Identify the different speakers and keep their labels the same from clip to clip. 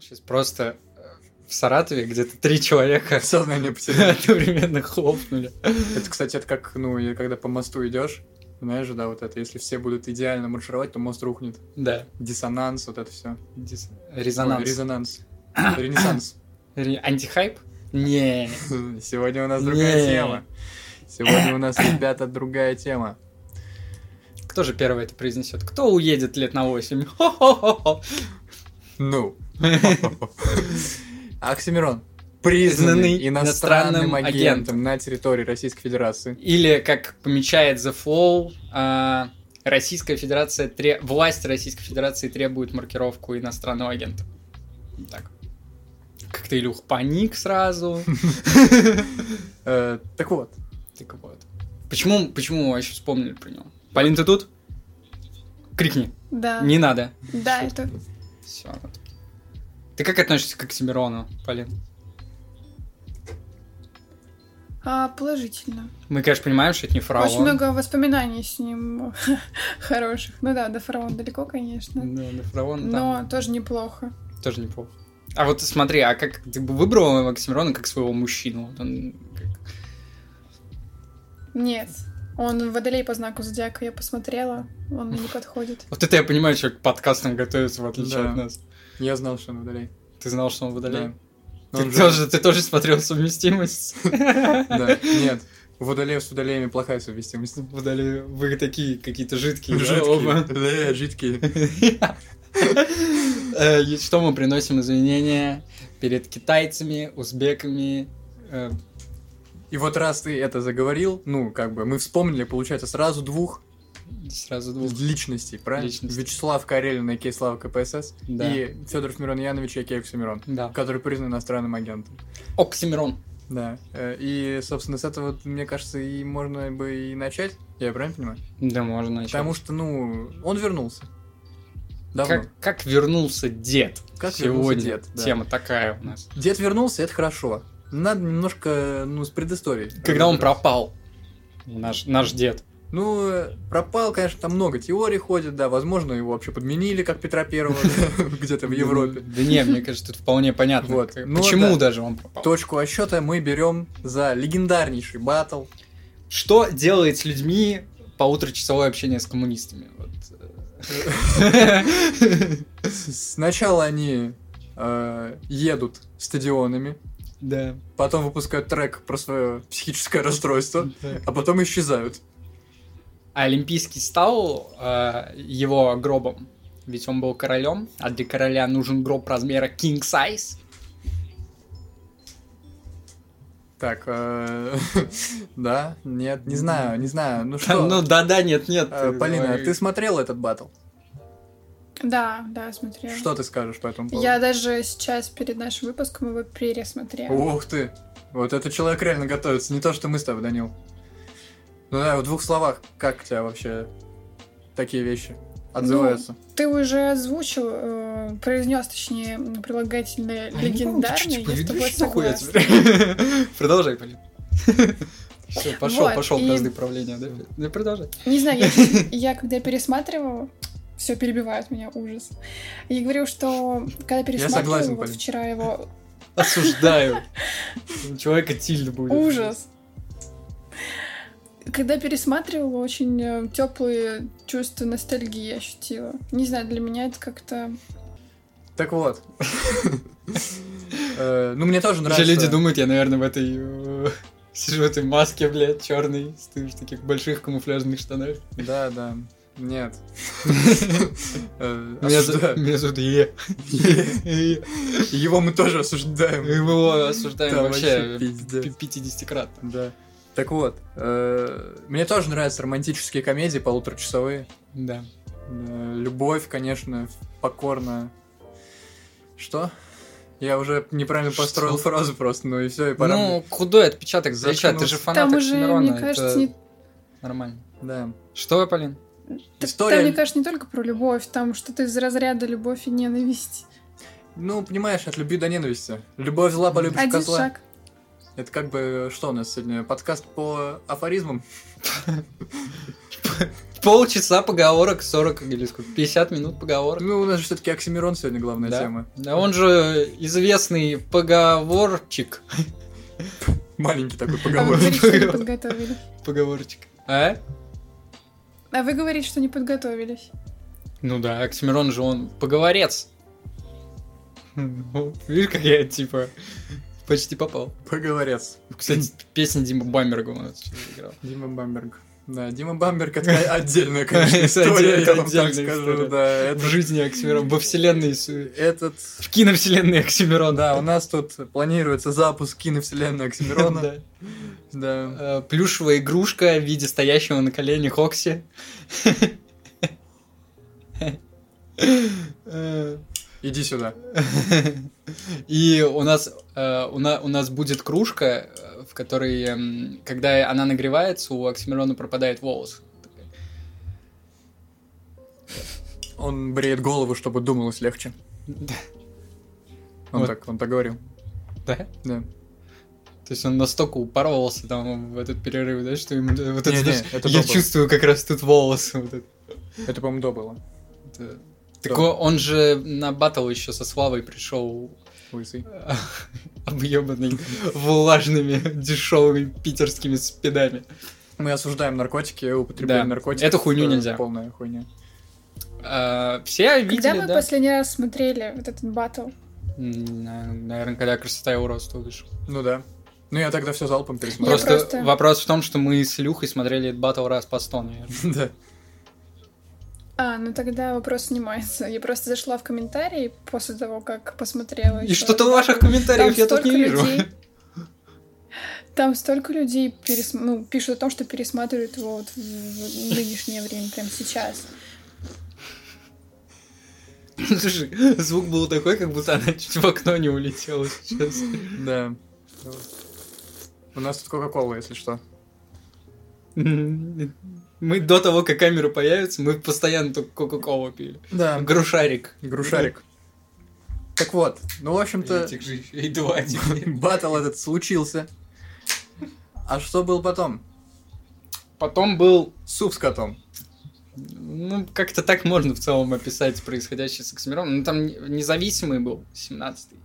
Speaker 1: Сейчас просто э, в Саратове где-то три человека
Speaker 2: Сознание потеряли.
Speaker 1: одновременно хлопнули.
Speaker 2: Это, кстати, это как, ну, и когда по мосту идешь, знаешь, да, вот это, если все будут идеально маршировать, то мост рухнет.
Speaker 1: Да.
Speaker 2: Диссонанс, вот это все.
Speaker 1: дис- Резонанс.
Speaker 2: Резонанс. Ренессанс.
Speaker 1: Ре- Антихайп? Не.
Speaker 2: Сегодня у нас другая
Speaker 1: Не.
Speaker 2: тема. Сегодня у нас, ребята, другая тема.
Speaker 1: Кто же первый это произнесет? Кто уедет лет на 8? Хо-хо-хо-хо.
Speaker 2: Ну. Оксимирон. Признанный
Speaker 1: Признанный
Speaker 2: иностранным
Speaker 1: иностранным
Speaker 2: агентом
Speaker 1: агентом.
Speaker 2: на территории Российской Федерации.
Speaker 1: Или, как помечает The Fall, а, Российская Федерация тре- власть Российской Федерации требует маркировку иностранного агента. Вот Так. Как-то Илюх паник сразу.
Speaker 2: Э, Так вот,
Speaker 1: Так Типа вот. Почему, почему мы вообще вспомнили про него? Полин, ты тут? Крикни.
Speaker 3: Да.
Speaker 1: Не надо.
Speaker 3: Да, это...
Speaker 1: Все. Ты как относишься к Оксимирону, Полин?
Speaker 3: а, положительно.
Speaker 1: Мы, конечно, понимаем, что это не фараон.
Speaker 3: Очень много воспоминаний с ним хороших. Ну да, до фараона далеко, конечно.
Speaker 1: Да, да, фараон,
Speaker 3: Но
Speaker 1: да,
Speaker 3: тоже неплохо.
Speaker 1: тоже неплохо. А вот смотри, а как ты бы выбрал Оксимирона как своего мужчину? Вот он как-
Speaker 3: Нет. Он водолей по знаку зодиака, я посмотрела. Он мне не подходит.
Speaker 1: Вот это я понимаю, человек к подкастам готовится, в отличие
Speaker 2: Да.
Speaker 1: от нас.
Speaker 2: я знал, что он водолей.
Speaker 1: Ты знал, что он водолей?
Speaker 2: Да.
Speaker 1: Ты,
Speaker 2: Он же-
Speaker 1: тоже, ты тоже смотрел совместимость?
Speaker 2: Да, нет. Водолеев с водолеями плохая совместимость.
Speaker 1: Водолей, вы такие какие-то жидкие, да,
Speaker 2: Жидкие.
Speaker 1: оба?
Speaker 2: Да, жидкие.
Speaker 1: Э, и Что мы приносим извинения перед китайцами, узбеками? э,
Speaker 2: И вот раз ты это заговорил, ну, как бы, мы вспомнили, получается, сразу двух
Speaker 1: Сразу двух.
Speaker 2: личностей, правильно?
Speaker 1: Личностей.
Speaker 2: Вячеслав Карелин, а.к.а. Слава КПСС,
Speaker 1: Да.
Speaker 2: и Федоров Мирон Янович, а.к.а. Оксимирон,
Speaker 1: Да.
Speaker 2: который признан иностранным агентом.
Speaker 1: Оксимирон.
Speaker 2: Да. Э, И, собственно, с этого, мне кажется, и можно бы и начать, я правильно понимаю?
Speaker 1: Да, можно еще.
Speaker 2: Потому что, ну, он вернулся. Давно.
Speaker 1: Как, как вернулся дед?
Speaker 2: Как
Speaker 1: Сегодня
Speaker 2: вернулся дед, да.
Speaker 1: тема такая у нас.
Speaker 2: Дед вернулся, это хорошо. Надо немножко, ну, с предысторией.
Speaker 1: Когда он пропал? Наш, наш дед.
Speaker 2: Ну, э, пропал, конечно, там много теорий ходит, да, возможно, его вообще подменили, как Петра Первого, да, где-то в Европе.
Speaker 1: Да не, мне кажется, тут вполне понятно.
Speaker 2: Вот.
Speaker 1: как-
Speaker 2: Ну,
Speaker 1: Почему
Speaker 2: да.
Speaker 1: даже он пропал?
Speaker 2: Точку отсчета мы берем за легендарнейший батл.
Speaker 1: Что делает с людьми полуторачасовое общение с коммунистами? Вот.
Speaker 2: С- Сначала они э, едут стадионами,
Speaker 1: Да.
Speaker 2: потом выпускают трек про свое психическое расстройство,
Speaker 1: Да.
Speaker 2: а потом исчезают.
Speaker 1: А Олимпийский стал э, его гробом, ведь он был королем, а для короля нужен гроб размера king size.
Speaker 2: Так, э, да, нет, не знаю, не знаю. Ну
Speaker 1: Ну
Speaker 2: что,
Speaker 1: да-да, нет-нет.
Speaker 2: э, Полина, ты смотрела этот батл?
Speaker 3: Да, да, смотрела.
Speaker 2: Что ты скажешь по этому поводу?
Speaker 3: Я даже сейчас перед нашим выпуском его пересмотрела.
Speaker 2: Ух ты! Вот этот человек реально готовится, не то, что мы с тобой, Данил. Ну да, в двух словах, как тебя вообще такие вещи отзываются?
Speaker 3: Ты уже озвучил, э, произнес, точнее, м,
Speaker 1: А
Speaker 3: прилагательное
Speaker 1: Ну,
Speaker 3: легендарное, я с тобой согласна.
Speaker 1: Продолжай, Полин. Все, пошел,
Speaker 3: Вот,
Speaker 1: пошел
Speaker 3: и-
Speaker 1: бразды правления, да? Да продолжай.
Speaker 3: Не знаю, я, я когда пересматривала, все перебивает меня, ужас. Я говорю, что когда пересматривала,
Speaker 2: согласен,
Speaker 3: вот
Speaker 2: Полин.
Speaker 3: вчера его
Speaker 1: Осуждаю. У человека тильда будет.
Speaker 3: ужас. Когда пересматривала, очень теплые чувства ностальгии ощутила. Не знаю, для меня это как-то...
Speaker 1: Ну.
Speaker 2: Так вот. Э, Ну, мне тоже
Speaker 1: Уже
Speaker 2: нравится.
Speaker 1: люди думают, я, наверное, в этой... э, Сижу в этой маске, блядь, черный, стою в таких больших камуфляжных штанах.
Speaker 2: Да, да. Нет. Э,
Speaker 1: Меня зовут-
Speaker 2: осуждаем.
Speaker 1: меня зовут Е. Е.
Speaker 2: Его мы тоже
Speaker 1: Мы
Speaker 2: осуждаем.
Speaker 1: его осуждаем
Speaker 2: Да,
Speaker 1: вообще
Speaker 2: вообще пиздец.
Speaker 1: 50 крат.
Speaker 2: Да. Так вот, э, мне тоже нравятся романтические комедии полуторачасовые.
Speaker 1: Да.
Speaker 2: Э, Любовь, конечно, покорно. Что? Я уже неправильно
Speaker 1: Что?
Speaker 2: построил фразу просто, ну и все, и пора.
Speaker 1: Ну, худой отпечаток зрача, ты
Speaker 2: Заткнулся.
Speaker 1: же фанат
Speaker 3: Там уже,
Speaker 1: Оксимирона,
Speaker 3: мне
Speaker 1: это
Speaker 3: кажется, не...
Speaker 1: нормально.
Speaker 2: Да.
Speaker 1: Что, Полин?
Speaker 3: так
Speaker 2: История-
Speaker 3: Там, мне кажется, не только про любовь, там что-то из разряда любовь и ненависть.
Speaker 2: Ну, понимаешь, от любви до ненависти. Любовь зла полюбишь
Speaker 3: Один
Speaker 2: козла.
Speaker 3: шаг.
Speaker 2: Это как бы что у нас сегодня? Подкаст по афоризмам?
Speaker 1: Полчаса поговорок, 40 или сколько, 50 минут поговорок.
Speaker 2: Ну, у нас же все-таки Оксимирон сегодня главная
Speaker 1: Да.
Speaker 2: тема.
Speaker 1: Да он же известный поговорчик.
Speaker 2: Маленький такой
Speaker 3: А вы
Speaker 2: поговор.
Speaker 1: говорите-
Speaker 3: говорите, что не подготовили.
Speaker 1: Поговорчик. А?
Speaker 3: А вы говорите, что не подготовились.
Speaker 1: Ну да, Оксимирон же он поговорец. Ну, Видишь, как я, типа, почти попал.
Speaker 2: Поговорец.
Speaker 1: Кстати, песня Дима Бамбергова у нас сейчас играла.
Speaker 2: Дима Бамберг. Да, Дима Бамберг это такая отдельная, конечно,
Speaker 1: Это
Speaker 2: история, я вам
Speaker 1: отдельная
Speaker 2: так скажу.
Speaker 1: история.
Speaker 2: Да,
Speaker 1: В
Speaker 2: это-
Speaker 1: жизни Оксимирон, во вселенной, Иису-
Speaker 2: этот...
Speaker 1: в киновселенной Оксимирон.
Speaker 2: Да, у нас тут планируется запуск киновселенной Оксимирона.
Speaker 1: Да.
Speaker 2: Да.
Speaker 1: Э, Плюшевая игрушка в виде стоящего на коленях Окси. Э,
Speaker 2: Иди сюда.
Speaker 1: И у нас, э, у, на- у нас будет кружка, э, в которой, эм, когда она нагревается, у Оксимирона пропадает волос.
Speaker 2: Он бреет голову, чтобы думалось легче.
Speaker 1: Да.
Speaker 2: Он
Speaker 1: Вот.
Speaker 2: так, он так говорил.
Speaker 1: Да?
Speaker 2: Да.
Speaker 1: То есть он настолько упорвался там в этот перерыв, да, что ему да, вот это,
Speaker 2: Не-не,
Speaker 1: знаешь,
Speaker 2: это
Speaker 1: я
Speaker 2: было.
Speaker 1: чувствую как раз тут волосы. Вот это.
Speaker 2: Это, по-моему, до было.
Speaker 1: Это- Так он, он же на батл еще со Славой пришел
Speaker 2: Лысый.
Speaker 1: э, объебанный влажными дешевыми питерскими спидами.
Speaker 2: Мы осуждаем наркотики, употребление
Speaker 1: Да.
Speaker 2: наркотиков.
Speaker 1: Эту хуйню
Speaker 2: э,
Speaker 1: нельзя.
Speaker 2: Полная хуйня.
Speaker 1: А, все
Speaker 3: Когда
Speaker 1: видели,
Speaker 3: мы
Speaker 1: да?
Speaker 3: последний раз смотрели вот этот батл?
Speaker 1: Наверное, когда красота и уродство вышел.
Speaker 2: Ну да. Ну я тогда все залпом
Speaker 3: Я
Speaker 2: пересмотрел.
Speaker 1: Просто,
Speaker 3: просто-
Speaker 1: вопрос в том, что мы с Илюхой смотрели батл раз по 100, наверное.
Speaker 2: Да.
Speaker 3: А, ну тогда вопрос снимается. Я просто зашла в комментарии после того, как посмотрела.
Speaker 1: И
Speaker 3: ещё.
Speaker 1: что-то в ваших комментариях я тут не вижу.
Speaker 3: людей. Там столько людей перес- ну, пишут о том, что пересматривают его вот в- в нынешнее время, прямо сейчас.
Speaker 1: Слушай, звук был такой, как будто она чуть в окно не улетела сейчас.
Speaker 2: Да. У нас тут Кока-Кола, если что.
Speaker 1: Мы до того, как камера появится, мы постоянно только Кока-Колу пили.
Speaker 2: Да.
Speaker 1: Грушарик.
Speaker 2: Грушарик. Так вот, ну, в общем-то,
Speaker 1: Этих же ещё и два теперь.
Speaker 2: баттл этот случился. А что был потом?
Speaker 1: Потом был...
Speaker 2: Суп с котом.
Speaker 1: Ну, как-то так можно в целом описать происходящее с Оксимироном. Ну, там независимый был, 17-й.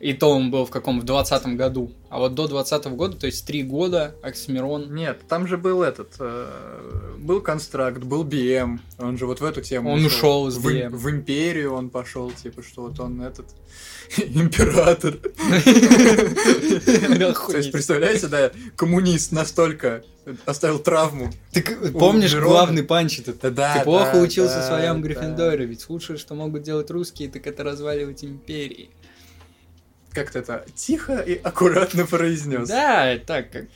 Speaker 1: И то он был в каком? В 20 году. А вот до 20 года, то есть три года, Оксимирон...
Speaker 2: Нет, там же был этот... э, был констракт, был BM. Он же вот в эту тему
Speaker 1: Он
Speaker 2: ушёл.
Speaker 1: ушёл из
Speaker 2: в,
Speaker 1: BM.
Speaker 2: в империю он пошел, типа, что вот он этот... Император. То есть,
Speaker 1: Охуеть.
Speaker 2: представляете, да, коммунист настолько оставил травму.
Speaker 1: Ты к- помнишь
Speaker 2: Мирона.
Speaker 1: главный панч этот?
Speaker 2: Да, да,
Speaker 1: Ты плохо
Speaker 2: да,
Speaker 1: учился
Speaker 2: да,
Speaker 1: в своем
Speaker 2: да.
Speaker 1: Гриффиндоре, ведь лучшее, что могут делать русские, так это разваливать империи.
Speaker 2: Как-то это тихо и аккуратно произнес.
Speaker 1: Да, так как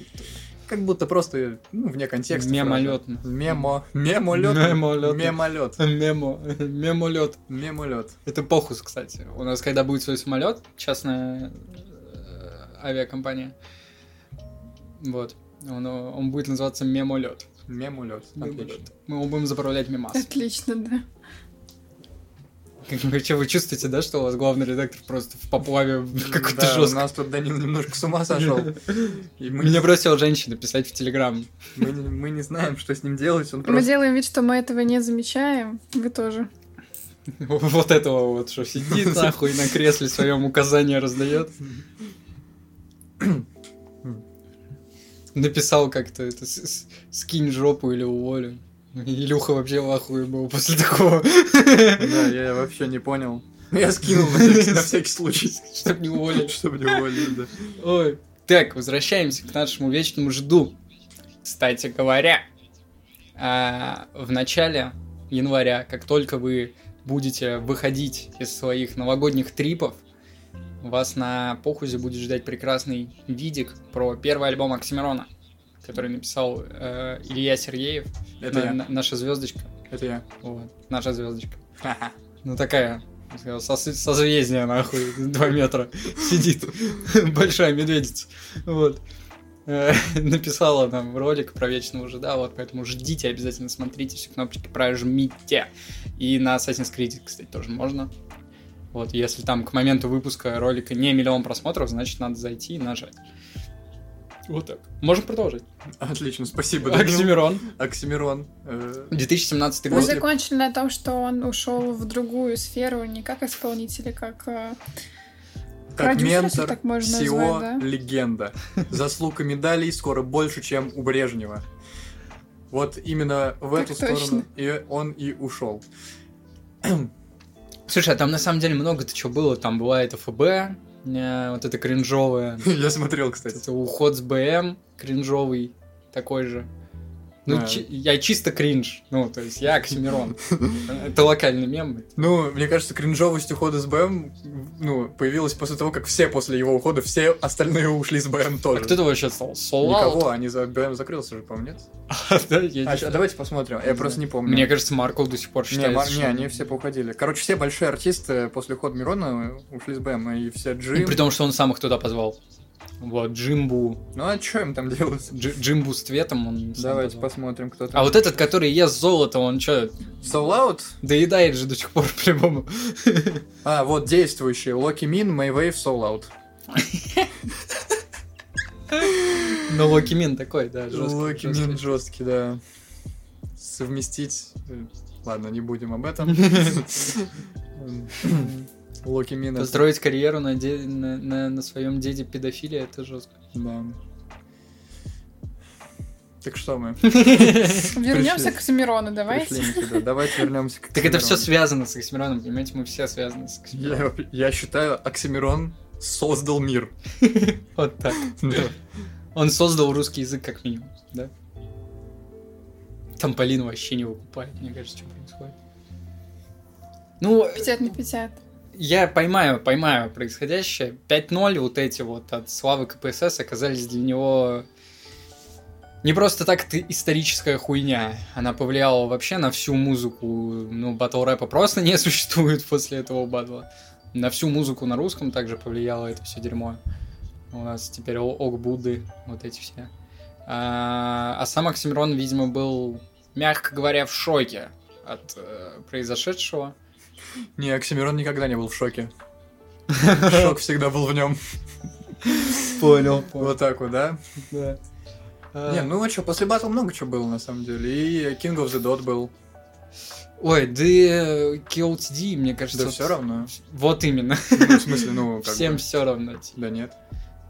Speaker 2: Как будто просто, ну, вне контекста.
Speaker 1: Мемолётно.
Speaker 2: фраза. Мемо. Мемолет.
Speaker 1: Мемолётно.
Speaker 2: Мемолет.
Speaker 1: мемо, мемолет.
Speaker 2: Мемолет.
Speaker 1: Это похус, кстати. У нас когда будет свой самолет, частная э, авиакомпания, вот, он, он будет называться мемолет.
Speaker 2: Мемолет. Отлично.
Speaker 1: Мемолет. Мы его будем заправлять мемас.
Speaker 3: Отлично, да.
Speaker 1: Вообще вы чувствуете, да, что у вас главный редактор просто в поплаве какой-то
Speaker 2: Да, У
Speaker 1: жесткий.
Speaker 2: нас тут Данил немножко с ума сошел. И мы,
Speaker 1: Меня бросила женщина писать в Телеграм.
Speaker 2: мы, не- мы не знаем, что с ним делать. Он
Speaker 3: Мы
Speaker 2: просто...
Speaker 3: делаем вид, что мы этого не замечаем. Вы тоже.
Speaker 1: Вот этого вот, что сидит нахуй на кресле своем указания раздает. Написал как-то это с- с- скинь жопу или уволю. Ну, Илюха вообще в ахуе был после такого.
Speaker 2: Да, я вообще не понял. Ну, Я скинул на всякий- на всякий случай,
Speaker 1: Чтоб не уволили.
Speaker 2: чтобы не уволили, да.
Speaker 1: Ой. Так, возвращаемся к нашему вечному жду. Кстати говоря, а, в начале января, как только вы будете выходить из своих новогодних трипов, вас на похузе будет ждать прекрасный видик про первый альбом Оксимирона, который написал э, Илья Сергеев,
Speaker 2: Это
Speaker 1: на-
Speaker 2: я.
Speaker 1: на- наша звездочка.
Speaker 2: Это я.
Speaker 1: Вот, наша звездочка. Ну такая, как сказал, сос- созвездие, нахуй, два метра сидит. Большая медведица. Вот. Э, Написала нам ролик про вечного жида, вот поэтому ждите, обязательно смотрите, все кнопочки прожмите. И на Assassin's Creed, кстати, тоже можно. Вот, если там к моменту выпуска ролика не миллион просмотров, значит, надо зайти и нажать. Вот так. Можем продолжить.
Speaker 2: Отлично, спасибо, Данил.
Speaker 1: Оксимирон.
Speaker 2: Оксимирон. э,
Speaker 1: 2017
Speaker 3: Мы
Speaker 1: год.
Speaker 3: закончили на том, что он ушел в другую сферу, не как исполнитель, а как э,
Speaker 2: Как
Speaker 3: Продюсер, если
Speaker 2: ментор,
Speaker 3: так можно
Speaker 2: всего
Speaker 3: назвать, да?
Speaker 2: легенда. Заслуга медалей скоро больше, чем у Брежнева. Вот именно в
Speaker 3: Так
Speaker 2: эту
Speaker 3: точно.
Speaker 2: сторону и он и ушел.
Speaker 1: Слушай, а там на самом деле много-то чего было. Там была это ФБ, э, вот это кринжовое,
Speaker 2: Я смотрел, кстати.
Speaker 1: это уход с БМ кринжовый такой же. Ну,
Speaker 2: Да.
Speaker 1: чи- я чисто кринж. Ну, то есть я Оксимирон. Это локальный мем.
Speaker 2: Ну, мне кажется, кринжовость ухода с БМ ну, появилась после того, как все после его ухода, все остальные ушли с БМ
Speaker 1: А
Speaker 2: тоже.
Speaker 1: кто это вообще стал? Соло?
Speaker 2: Никого, они за БМ закрылся же, по-моему, нет? А, щ- а давайте посмотрим, я
Speaker 1: Не
Speaker 2: просто не помню.
Speaker 1: Мне кажется, Маркл до сих пор
Speaker 2: Не,
Speaker 1: считается.
Speaker 2: Мар- не,
Speaker 1: что-
Speaker 2: они все поуходили. Короче, все большие артисты после ухода Мирона ушли с БМ, и все
Speaker 1: И
Speaker 2: Джим.
Speaker 1: Ну, При том, что он сам их туда позвал. Вот, Джимбу.
Speaker 2: Ну а что им там делать?
Speaker 1: Джи- Джимбу с цветом он сам
Speaker 2: Давайте
Speaker 1: позвал.
Speaker 2: посмотрим, кто там.
Speaker 1: А вот этот, который ест золото, он что,
Speaker 2: So Loud?
Speaker 1: доедает же до сих пор по-любому.
Speaker 2: А, вот действующий. Локи Мин, Мэйвейв, So Loud.
Speaker 1: Но Локи Мин Ну, такой, да, жесткий.
Speaker 2: Локи
Speaker 1: жесткий.
Speaker 2: Мин жесткий, да. Совместить... э, Ладно, не будем об этом. Локи Мин... это-
Speaker 1: Построить карьеру на, де- на, на, своем деде педофилия это жестко.
Speaker 2: Да. Так что мы?
Speaker 3: Вернемся
Speaker 2: Пришли.
Speaker 3: к Оксимирону, давайте.
Speaker 2: Пришли не туда. Давайте вернемся к
Speaker 1: Так это все
Speaker 2: Оксимирону.
Speaker 1: связано с Оксимироном, понимаете, мы все связаны с Оксимироном.
Speaker 2: Я, я считаю, Оксимирон создал мир.
Speaker 1: Вот так.
Speaker 2: Да.
Speaker 1: Он создал русский язык как минимум, да? Там Полину вообще не выкупает, мне кажется, что происходит. Ну,
Speaker 3: 50 на 50.
Speaker 1: я поймаю, поймаю происходящее. 5-0 вот эти вот от славы КПСС оказались для него не просто так это историческая хуйня. Она повлияла вообще на всю музыку. Ну, батл рэпа просто не существует после этого батла. На всю музыку на русском также повлияло это все дерьмо. У нас теперь о- ок Будды, вот эти все. А, а сам Оксимирон, видимо, был, мягко говоря, в шоке от э, произошедшего.
Speaker 2: Не, Оксимирон никогда не был в шоке. Шок всегда был в нем.
Speaker 1: Понял,
Speaker 2: Вот так вот, да?
Speaker 1: Да.
Speaker 2: Не, ну а что, после батла много чего было, на самом деле. И King of the Dot был.
Speaker 1: Ой, да э, KOTD, мне кажется...
Speaker 2: Да все равно.
Speaker 1: Вот именно.
Speaker 2: Ну, В смысле, ну, как
Speaker 1: Всем
Speaker 2: бы.
Speaker 1: все равно. типа.
Speaker 2: Да нет.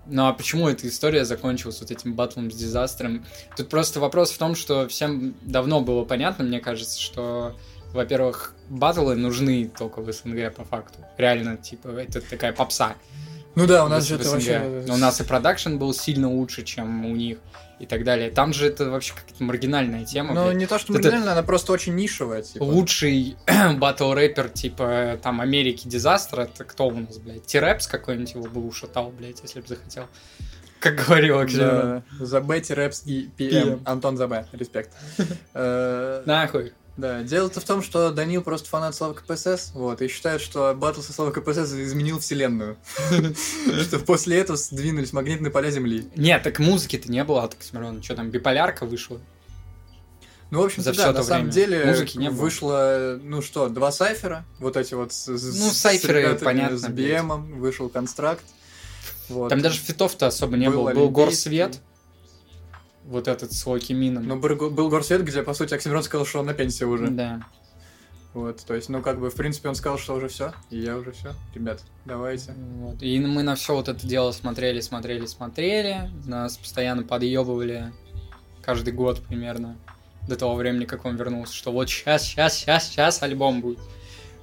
Speaker 1: Ну а почему эта история закончилась вот этим батлом с дизастром? Тут просто вопрос в том, что всем давно было понятно, мне кажется, что, во-первых, батлы нужны только в СНГ по факту. Реально, типа, это такая попса.
Speaker 2: Ну да, у нас
Speaker 1: в
Speaker 2: же это
Speaker 1: СНГ.
Speaker 2: вообще...
Speaker 1: Ну, У нас и продакшн был сильно лучше, чем у них и так далее. Там же это вообще какая-то маргинальная тема.
Speaker 2: Ну,
Speaker 1: блядь.
Speaker 2: не то, что
Speaker 1: Это-
Speaker 2: маргинально, она просто очень нишевая, типа.
Speaker 1: лучший батл рэпер типа там Америки Дизастер, это кто у нас, блядь? Тирепс какой-нибудь его бы ушатал, блядь, если бы захотел. Как говорил Оксимирон.
Speaker 2: Да. Забетти Рэпс и
Speaker 1: PM.
Speaker 2: ПМ. Антон Забе, респект. Э,
Speaker 1: Нахуй.
Speaker 2: Да, дело-то в том, что Данил просто фанат Славы КПСС, вот, и считает, что батл со Славой КПСС изменил вселенную. Что после этого сдвинулись магнитные поля Земли.
Speaker 1: Нет, так музыки-то не было от Оксимирона. Что там, биполярка вышла?
Speaker 2: Ну, в общем,
Speaker 1: За
Speaker 2: то
Speaker 1: всё
Speaker 2: да,
Speaker 1: то
Speaker 2: на самом
Speaker 1: время.
Speaker 2: деле
Speaker 1: Музыки не было.
Speaker 2: вышло, ну что, два сайфера, вот эти вот с,
Speaker 1: Ну, сайферы, понятно,
Speaker 2: с
Speaker 1: блядь.
Speaker 2: BM, вышел констракт. Вот.
Speaker 1: Там даже фитов-то особо не
Speaker 2: Был
Speaker 1: было. Был
Speaker 2: Олимпийский.
Speaker 1: Горсвет. Вот этот с Локи Мином.
Speaker 2: Ну, был, был Горсвет, где, по сути, Оксимирон сказал, что он на пенсии уже.
Speaker 1: Да.
Speaker 2: Вот, то есть, ну, как бы, в принципе, он сказал, что уже все, и я уже все. Ребят, давайте.
Speaker 1: Вот. И мы на все вот это дело смотрели, смотрели, смотрели. Нас постоянно подъебывали каждый год примерно до того времени, как он вернулся, что вот сейчас, сейчас, сейчас, сейчас альбом будет.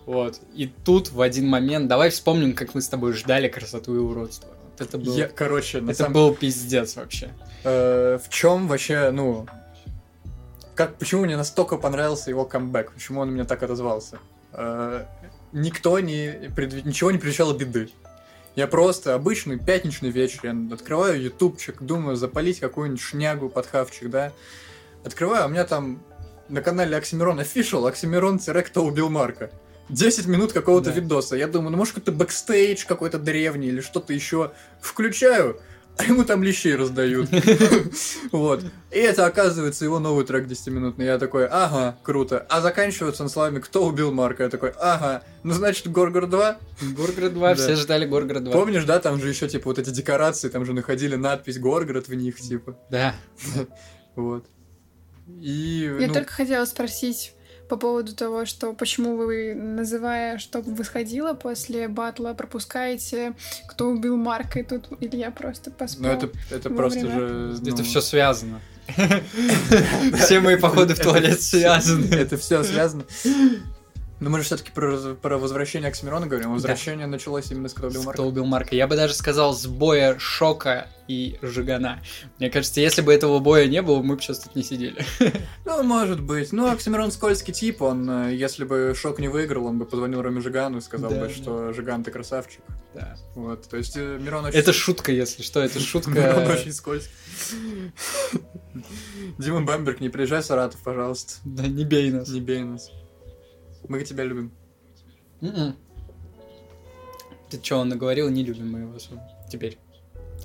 Speaker 1: Вот. И тут в один момент, давай вспомним, как мы с тобой ждали красоту и уродство. Вот это был,
Speaker 2: Я, короче, на
Speaker 1: это
Speaker 2: самом
Speaker 1: был пиздец вообще.
Speaker 2: Э, в чем вообще, ну, как, почему мне настолько понравился его камбэк, почему он у меня так отозвался? Э, никто не, предве- ничего не предвещало беды. Я просто обычный пятничный вечер, я открываю ютубчик, думаю запалить какую-нибудь шнягу под хавчик, да. Открываю, а у меня там на канале Оксимирон Official, Оксимирон тире кто убил Марка. 10 минут какого-то
Speaker 1: Да.
Speaker 2: видоса. Я думаю, ну может какой-то бэкстейдж какой-то древний или что-то еще. Включаю, а ему там лещей раздают. Вот. И это оказывается его новый трек 10-минутный. Я такой, ага, круто. А заканчивается он словами, кто убил Марка? Я такой, ага, ну значит Горгор 2?
Speaker 1: Горгород 2,
Speaker 2: Да.
Speaker 1: все ждали Горгород 2.
Speaker 2: Помнишь, да, там же еще типа вот эти декорации, там же находили надпись Горгород в них, типа.
Speaker 1: Да.
Speaker 2: Вот. И,
Speaker 3: Я
Speaker 2: ну,
Speaker 3: только хотела спросить по поводу того, что почему вы, называя, что восходило после батла, пропускаете, кто убил Марка, и тут Илья просто поспал.
Speaker 2: ну, это, это
Speaker 3: Во
Speaker 2: просто
Speaker 3: время.
Speaker 2: же...
Speaker 1: Это
Speaker 2: ну,
Speaker 1: все связано. Все мои походы в
Speaker 2: это
Speaker 1: туалет
Speaker 2: всё-
Speaker 1: связаны.
Speaker 2: Это все связано. Но мы же все-таки про, раз- про возвращение Оксимирона говорим. Возвращение началось именно с Корабля Марка.
Speaker 1: Кто убил Марка? Я бы даже сказал с боя Шока и Жигана. Мне кажется, если бы этого боя не было, мы бы сейчас тут не сидели.
Speaker 2: Ну, может быть. Ну, Оксимирон скользкий тип. Он, э, если бы Шок не выиграл, он бы позвонил Роме Жигану и сказал
Speaker 1: Да,
Speaker 2: бы,
Speaker 1: да.
Speaker 2: что Жиган, ты красавчик.
Speaker 1: Да.
Speaker 2: Вот. То есть э, Мирон очень...
Speaker 1: Это шутка, если что, это
Speaker 2: Мирон
Speaker 1: шутка.
Speaker 2: очень скользкий. Дима Бамберг, не приезжай в Саратов, пожалуйста.
Speaker 1: Да, не бей нас.
Speaker 2: Не бей нас. Мы тебя любим.
Speaker 1: Мгм. М-м. Ты что, он наговорил, не любим мы его особо теперь.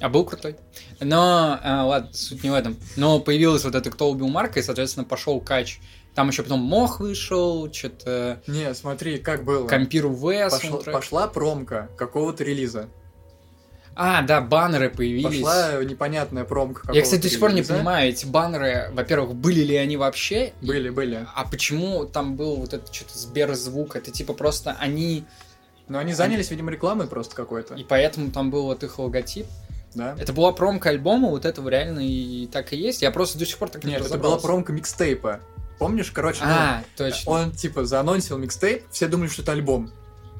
Speaker 1: А был крутой. Но, а, ладно, суть не в этом. Но появилась вот эта «Кто убил Марка», и, соответственно, пошел кач. Там еще потом Мох вышел, что-то
Speaker 2: Не, смотри, как было.
Speaker 1: Кампиру Вес.
Speaker 2: Пошла, пошла промка какого-то релиза.
Speaker 1: А, да, баннеры появились.
Speaker 2: Пошла непонятная промка какого-то
Speaker 1: Я, кстати, до сих пор не
Speaker 2: релиза.
Speaker 1: понимаю, эти баннеры, во-первых, были ли они вообще?
Speaker 2: Были, были.
Speaker 1: А почему там был вот этот что-то сберзвук? Это типа просто они...
Speaker 2: Но они занялись, видимо, рекламой просто какой-то.
Speaker 1: И поэтому там был вот их логотип.
Speaker 2: Да?
Speaker 1: Это была промка альбома, вот этого реально и так и есть. Я просто до сих пор так не
Speaker 2: Нет, это была
Speaker 1: разобрался.
Speaker 2: промка микстейпа. Помнишь, короче, ну,
Speaker 1: А, точно.
Speaker 2: он типа заанонсил микстейп, все думали, что это альбом.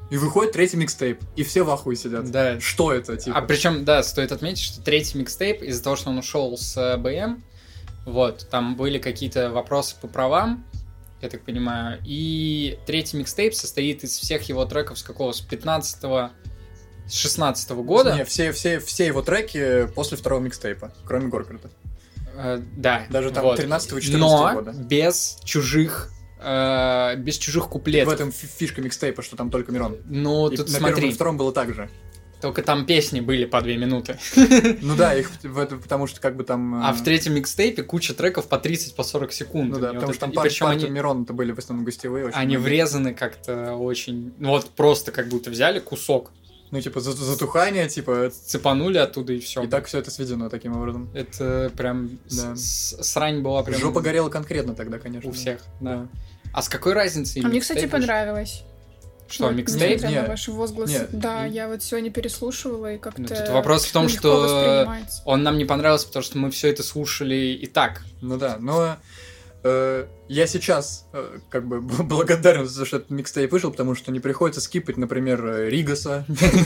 Speaker 2: И выходит третий микстейп, и все в ахуе сидят.
Speaker 1: Да.
Speaker 2: Что это,
Speaker 1: А
Speaker 2: типа?
Speaker 1: причем, да, стоит отметить, что третий микстейп, из-за того, что он ушел с э, БМ, вот, там были какие-то вопросы по правам, я так понимаю, и третий микстейп состоит из всех его треков с какого, с 15 с 16 года.
Speaker 2: Не, все, все, все его треки после второго микстейпа, кроме Горгорода.
Speaker 1: Э, да.
Speaker 2: Даже там
Speaker 1: вот.
Speaker 2: 13 14
Speaker 1: Но
Speaker 2: года.
Speaker 1: без чужих, э, без чужих
Speaker 2: В
Speaker 1: куплетов.
Speaker 2: этом фи- фишка микстейпа, что там только Мирон.
Speaker 1: Ну,
Speaker 2: И
Speaker 1: тут
Speaker 2: на
Speaker 1: смотри,
Speaker 2: первом и втором было так же.
Speaker 1: только там песни были по две минуты.
Speaker 2: Ну да, их в это- потому что как бы там... э,
Speaker 1: А в третьем микстейпе куча треков по 30-40 секунд.
Speaker 2: Ну да,
Speaker 1: И
Speaker 2: потому
Speaker 1: вот
Speaker 2: что там
Speaker 1: это- и
Speaker 2: пар,
Speaker 1: причем
Speaker 2: парки
Speaker 1: они,
Speaker 2: Мирона-то были в основном гостевые. очень
Speaker 1: они
Speaker 2: многие.
Speaker 1: врезаны как-то очень... Ну вот просто как будто взяли кусок,
Speaker 2: Ну, типа, за- затухание, типа,
Speaker 1: цепанули оттуда и все.
Speaker 2: и так все это сведено таким образом.
Speaker 1: Это прям... с-
Speaker 2: Да.
Speaker 1: с- срань была прям...
Speaker 2: Жопа горела конкретно тогда, конечно.
Speaker 1: У всех, да.
Speaker 2: Да.
Speaker 1: А с какой разницей?
Speaker 3: А мне, кстати,
Speaker 1: микстейп
Speaker 3: понравилось. Ну,
Speaker 1: уж- Что,
Speaker 3: Вот,
Speaker 1: микстейп?
Speaker 3: несмотря на
Speaker 2: Не,
Speaker 3: ваши возгласы.
Speaker 2: не.
Speaker 3: Да, я вот сегодня переслушивала и как-то...
Speaker 1: Ну, тут вопрос в том,
Speaker 3: легко
Speaker 1: что
Speaker 3: воспринимается.
Speaker 1: он нам не понравился, потому что мы все это слушали и так.
Speaker 2: Ну да, но э, я сейчас э, как бы б- благодарен за то, что этот микстейп вышел, потому что не приходится скипать, например, э, Ригаса,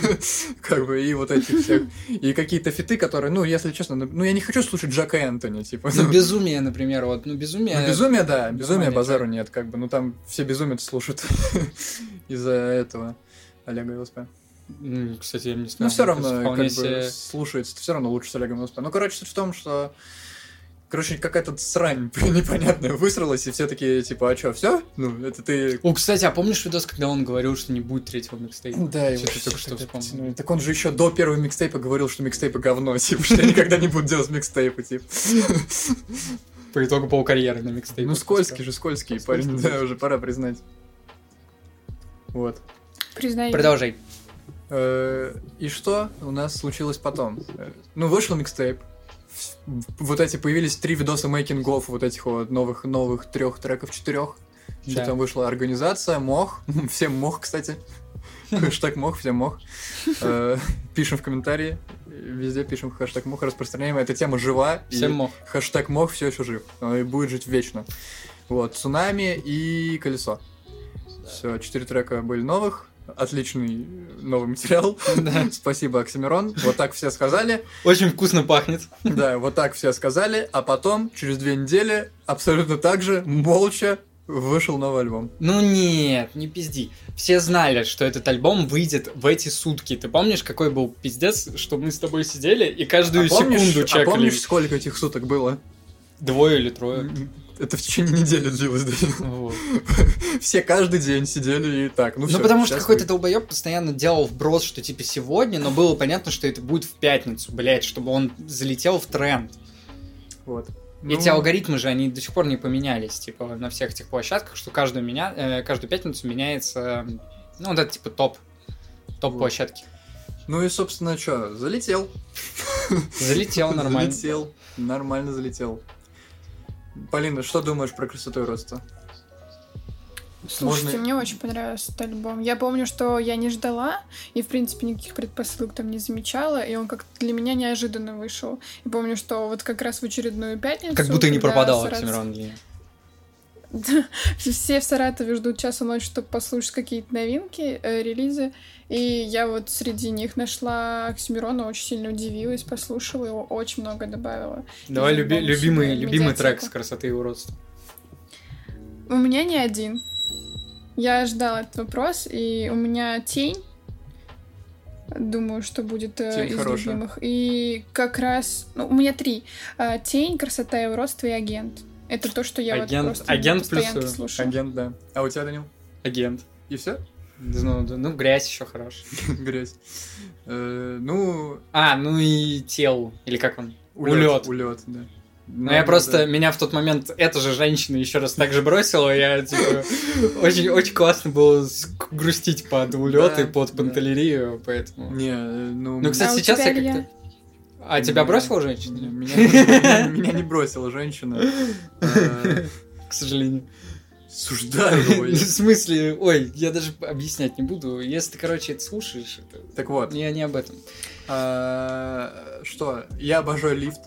Speaker 2: как бы, и вот этих всех, и какие-то фиты, которые, ну, если честно, ну, ну, я не хочу слушать Джака Энтони, типа.
Speaker 1: Ну, безумие, например, вот. Ну, безумие...
Speaker 2: Ну, безумие, да,
Speaker 1: Нормальный
Speaker 2: безумие базару нет, как бы, ну, там все безумец слушают из-за этого Олега Велоспа.
Speaker 1: М, Кстати, я не знаю.
Speaker 2: Ну, все
Speaker 1: мне кажется,
Speaker 2: равно, как
Speaker 1: вполне
Speaker 2: бы,
Speaker 1: себе-
Speaker 2: слушается, все равно лучше с Олегом Лоспа. Ну, короче, суть в том, что Короче, какая-то срань непонятная высралась, и все такие, типа, а чё, все? Ну, это ты...
Speaker 1: О, кстати, а помнишь видос, когда он говорил, что не будет третьего микстейпа?
Speaker 2: Да,
Speaker 1: Чё-то
Speaker 2: всё
Speaker 1: только что
Speaker 2: тогда
Speaker 1: вспомнил.
Speaker 2: потянули. Так он же еще до первого микстейпа говорил, что микстейпы говно, типа, что я никогда не буду делать микстейпы, типа.
Speaker 1: По итогу полкарьеры на микстейпе.
Speaker 2: Ну, скользкий же, скользкий
Speaker 1: Скользкий,
Speaker 2: парень, да, уже пора признать. Вот.
Speaker 3: Признаю.
Speaker 1: Продолжай.
Speaker 2: Э, И что у нас случилось потом? Э, Ну, вышел микстейп. В- Вот эти появились три видоса making of вот этих вот новых новых трех треков, четырех. Что
Speaker 1: Да.
Speaker 2: там вышла организация, мох. Всем мох, кстати. Хэштег мох, всем мох. Э, Пишем в комментарии. Везде пишем хэштег мох, распространяем. Эта тема жива. и
Speaker 1: Всем мох.
Speaker 2: Хэштег мох все еще жив. Он и будет жить вечно. Вот, цунами и колесо. Все, четыре трека были новых. Отличный э, новый материал. Спасибо, Оксимирон. Вот так все сказали.
Speaker 1: Очень вкусно пахнет.
Speaker 2: Да, вот так все сказали. А потом, через две недели, абсолютно так же, молча, вышел новый альбом.
Speaker 1: Ну нет, не пизди. Все знали, что этот альбом выйдет в эти сутки. Ты помнишь, какой был пиздец, что мы с тобой сидели и каждую
Speaker 2: а помнишь,
Speaker 1: секунду
Speaker 2: а
Speaker 1: чекали?
Speaker 2: помнишь, сколько этих суток было?
Speaker 1: Двое или трое?
Speaker 2: М, Это в течение недели длилось. да.
Speaker 1: Вот.
Speaker 2: Все каждый день сидели и так. Ну,
Speaker 1: Ну,
Speaker 2: всё,
Speaker 1: потому что
Speaker 2: сейчас
Speaker 1: какой-то
Speaker 2: вы-
Speaker 1: долбоеб постоянно делал вброс, что типа сегодня, но было понятно, что это будет в пятницу, блядь, чтобы он залетел в тренд.
Speaker 2: Вот. Ну,
Speaker 1: Эти алгоритмы же, они до сих пор не поменялись, типа, на всех этих площадках, что каждую, меня... э, каждую пятницу меняется, э, ну, вот это, типа, топ, топ
Speaker 2: Вот.
Speaker 1: площадки.
Speaker 2: Ну и, собственно, что, залетел.
Speaker 1: Залетел нормально.
Speaker 2: Залетел. Нормально залетел. Полина, что думаешь про красоту и родство?
Speaker 3: Слушайте,
Speaker 2: Можно-
Speaker 3: мне очень понравился этот альбом. Я помню, что я не ждала, и, в принципе, никаких предпосылок там не замечала, и он как-то для меня неожиданно вышел. И помню, что вот как раз в очередную пятницу...
Speaker 1: Как будто и не
Speaker 3: когда
Speaker 1: пропадал
Speaker 3: Саратов-
Speaker 1: Оксимирон Ильин.
Speaker 3: Да, все в Саратове ждут часу ночи, чтобы послушать какие-то новинки, э, релизы. И я вот среди них нашла Оксимирона, очень сильно удивилась, послушала его, очень много добавила.
Speaker 1: Давай
Speaker 3: Ильин
Speaker 1: люби-
Speaker 3: был
Speaker 1: любимый,
Speaker 3: супер
Speaker 1: любимый трек
Speaker 3: медиатека.
Speaker 1: с красоты и уродства.
Speaker 3: У меня не один. Я ждала этот вопрос, и у меня тень. Думаю, что будет э,
Speaker 2: Тень
Speaker 3: из
Speaker 2: хорошая.
Speaker 3: любимых. И как раз... Ну, у меня три. А, тень, красота и уродство и агент. Это то, что я
Speaker 1: Агент-
Speaker 3: вот просто
Speaker 1: агент
Speaker 3: на постоянке
Speaker 1: плюс, э,
Speaker 3: слушаю.
Speaker 2: Агент, да. А у тебя, Данил?
Speaker 1: Агент.
Speaker 2: И все?
Speaker 1: Ну, да, ну, грязь еще хорош.
Speaker 2: Грязь. Э, Ну,
Speaker 1: А, ну и телу. Или как он? Улет.
Speaker 2: улет. Улет, да.
Speaker 1: Ну, я просто, меня в тот момент эта же женщина еще раз так же бросила, я, типа, очень, очень классно было ск- грустить под улет
Speaker 2: Да,
Speaker 1: и под
Speaker 2: да.
Speaker 1: пантелерию, поэтому...
Speaker 2: Не, э, ну...
Speaker 1: Ну, кстати,
Speaker 3: А у
Speaker 1: сейчас я
Speaker 3: тебя,
Speaker 1: как-то... А
Speaker 2: Меня-
Speaker 1: тебя бросила женщина?
Speaker 2: Меня, меня не бросила женщина. Э,
Speaker 1: К сожалению.
Speaker 2: Суждаю его.
Speaker 1: В смысле, ой, я даже объяснять не буду. Если ты, короче, это слушаешь, это-
Speaker 2: Так вот,
Speaker 1: я не об этом.
Speaker 2: э, что, я обожаю лифт.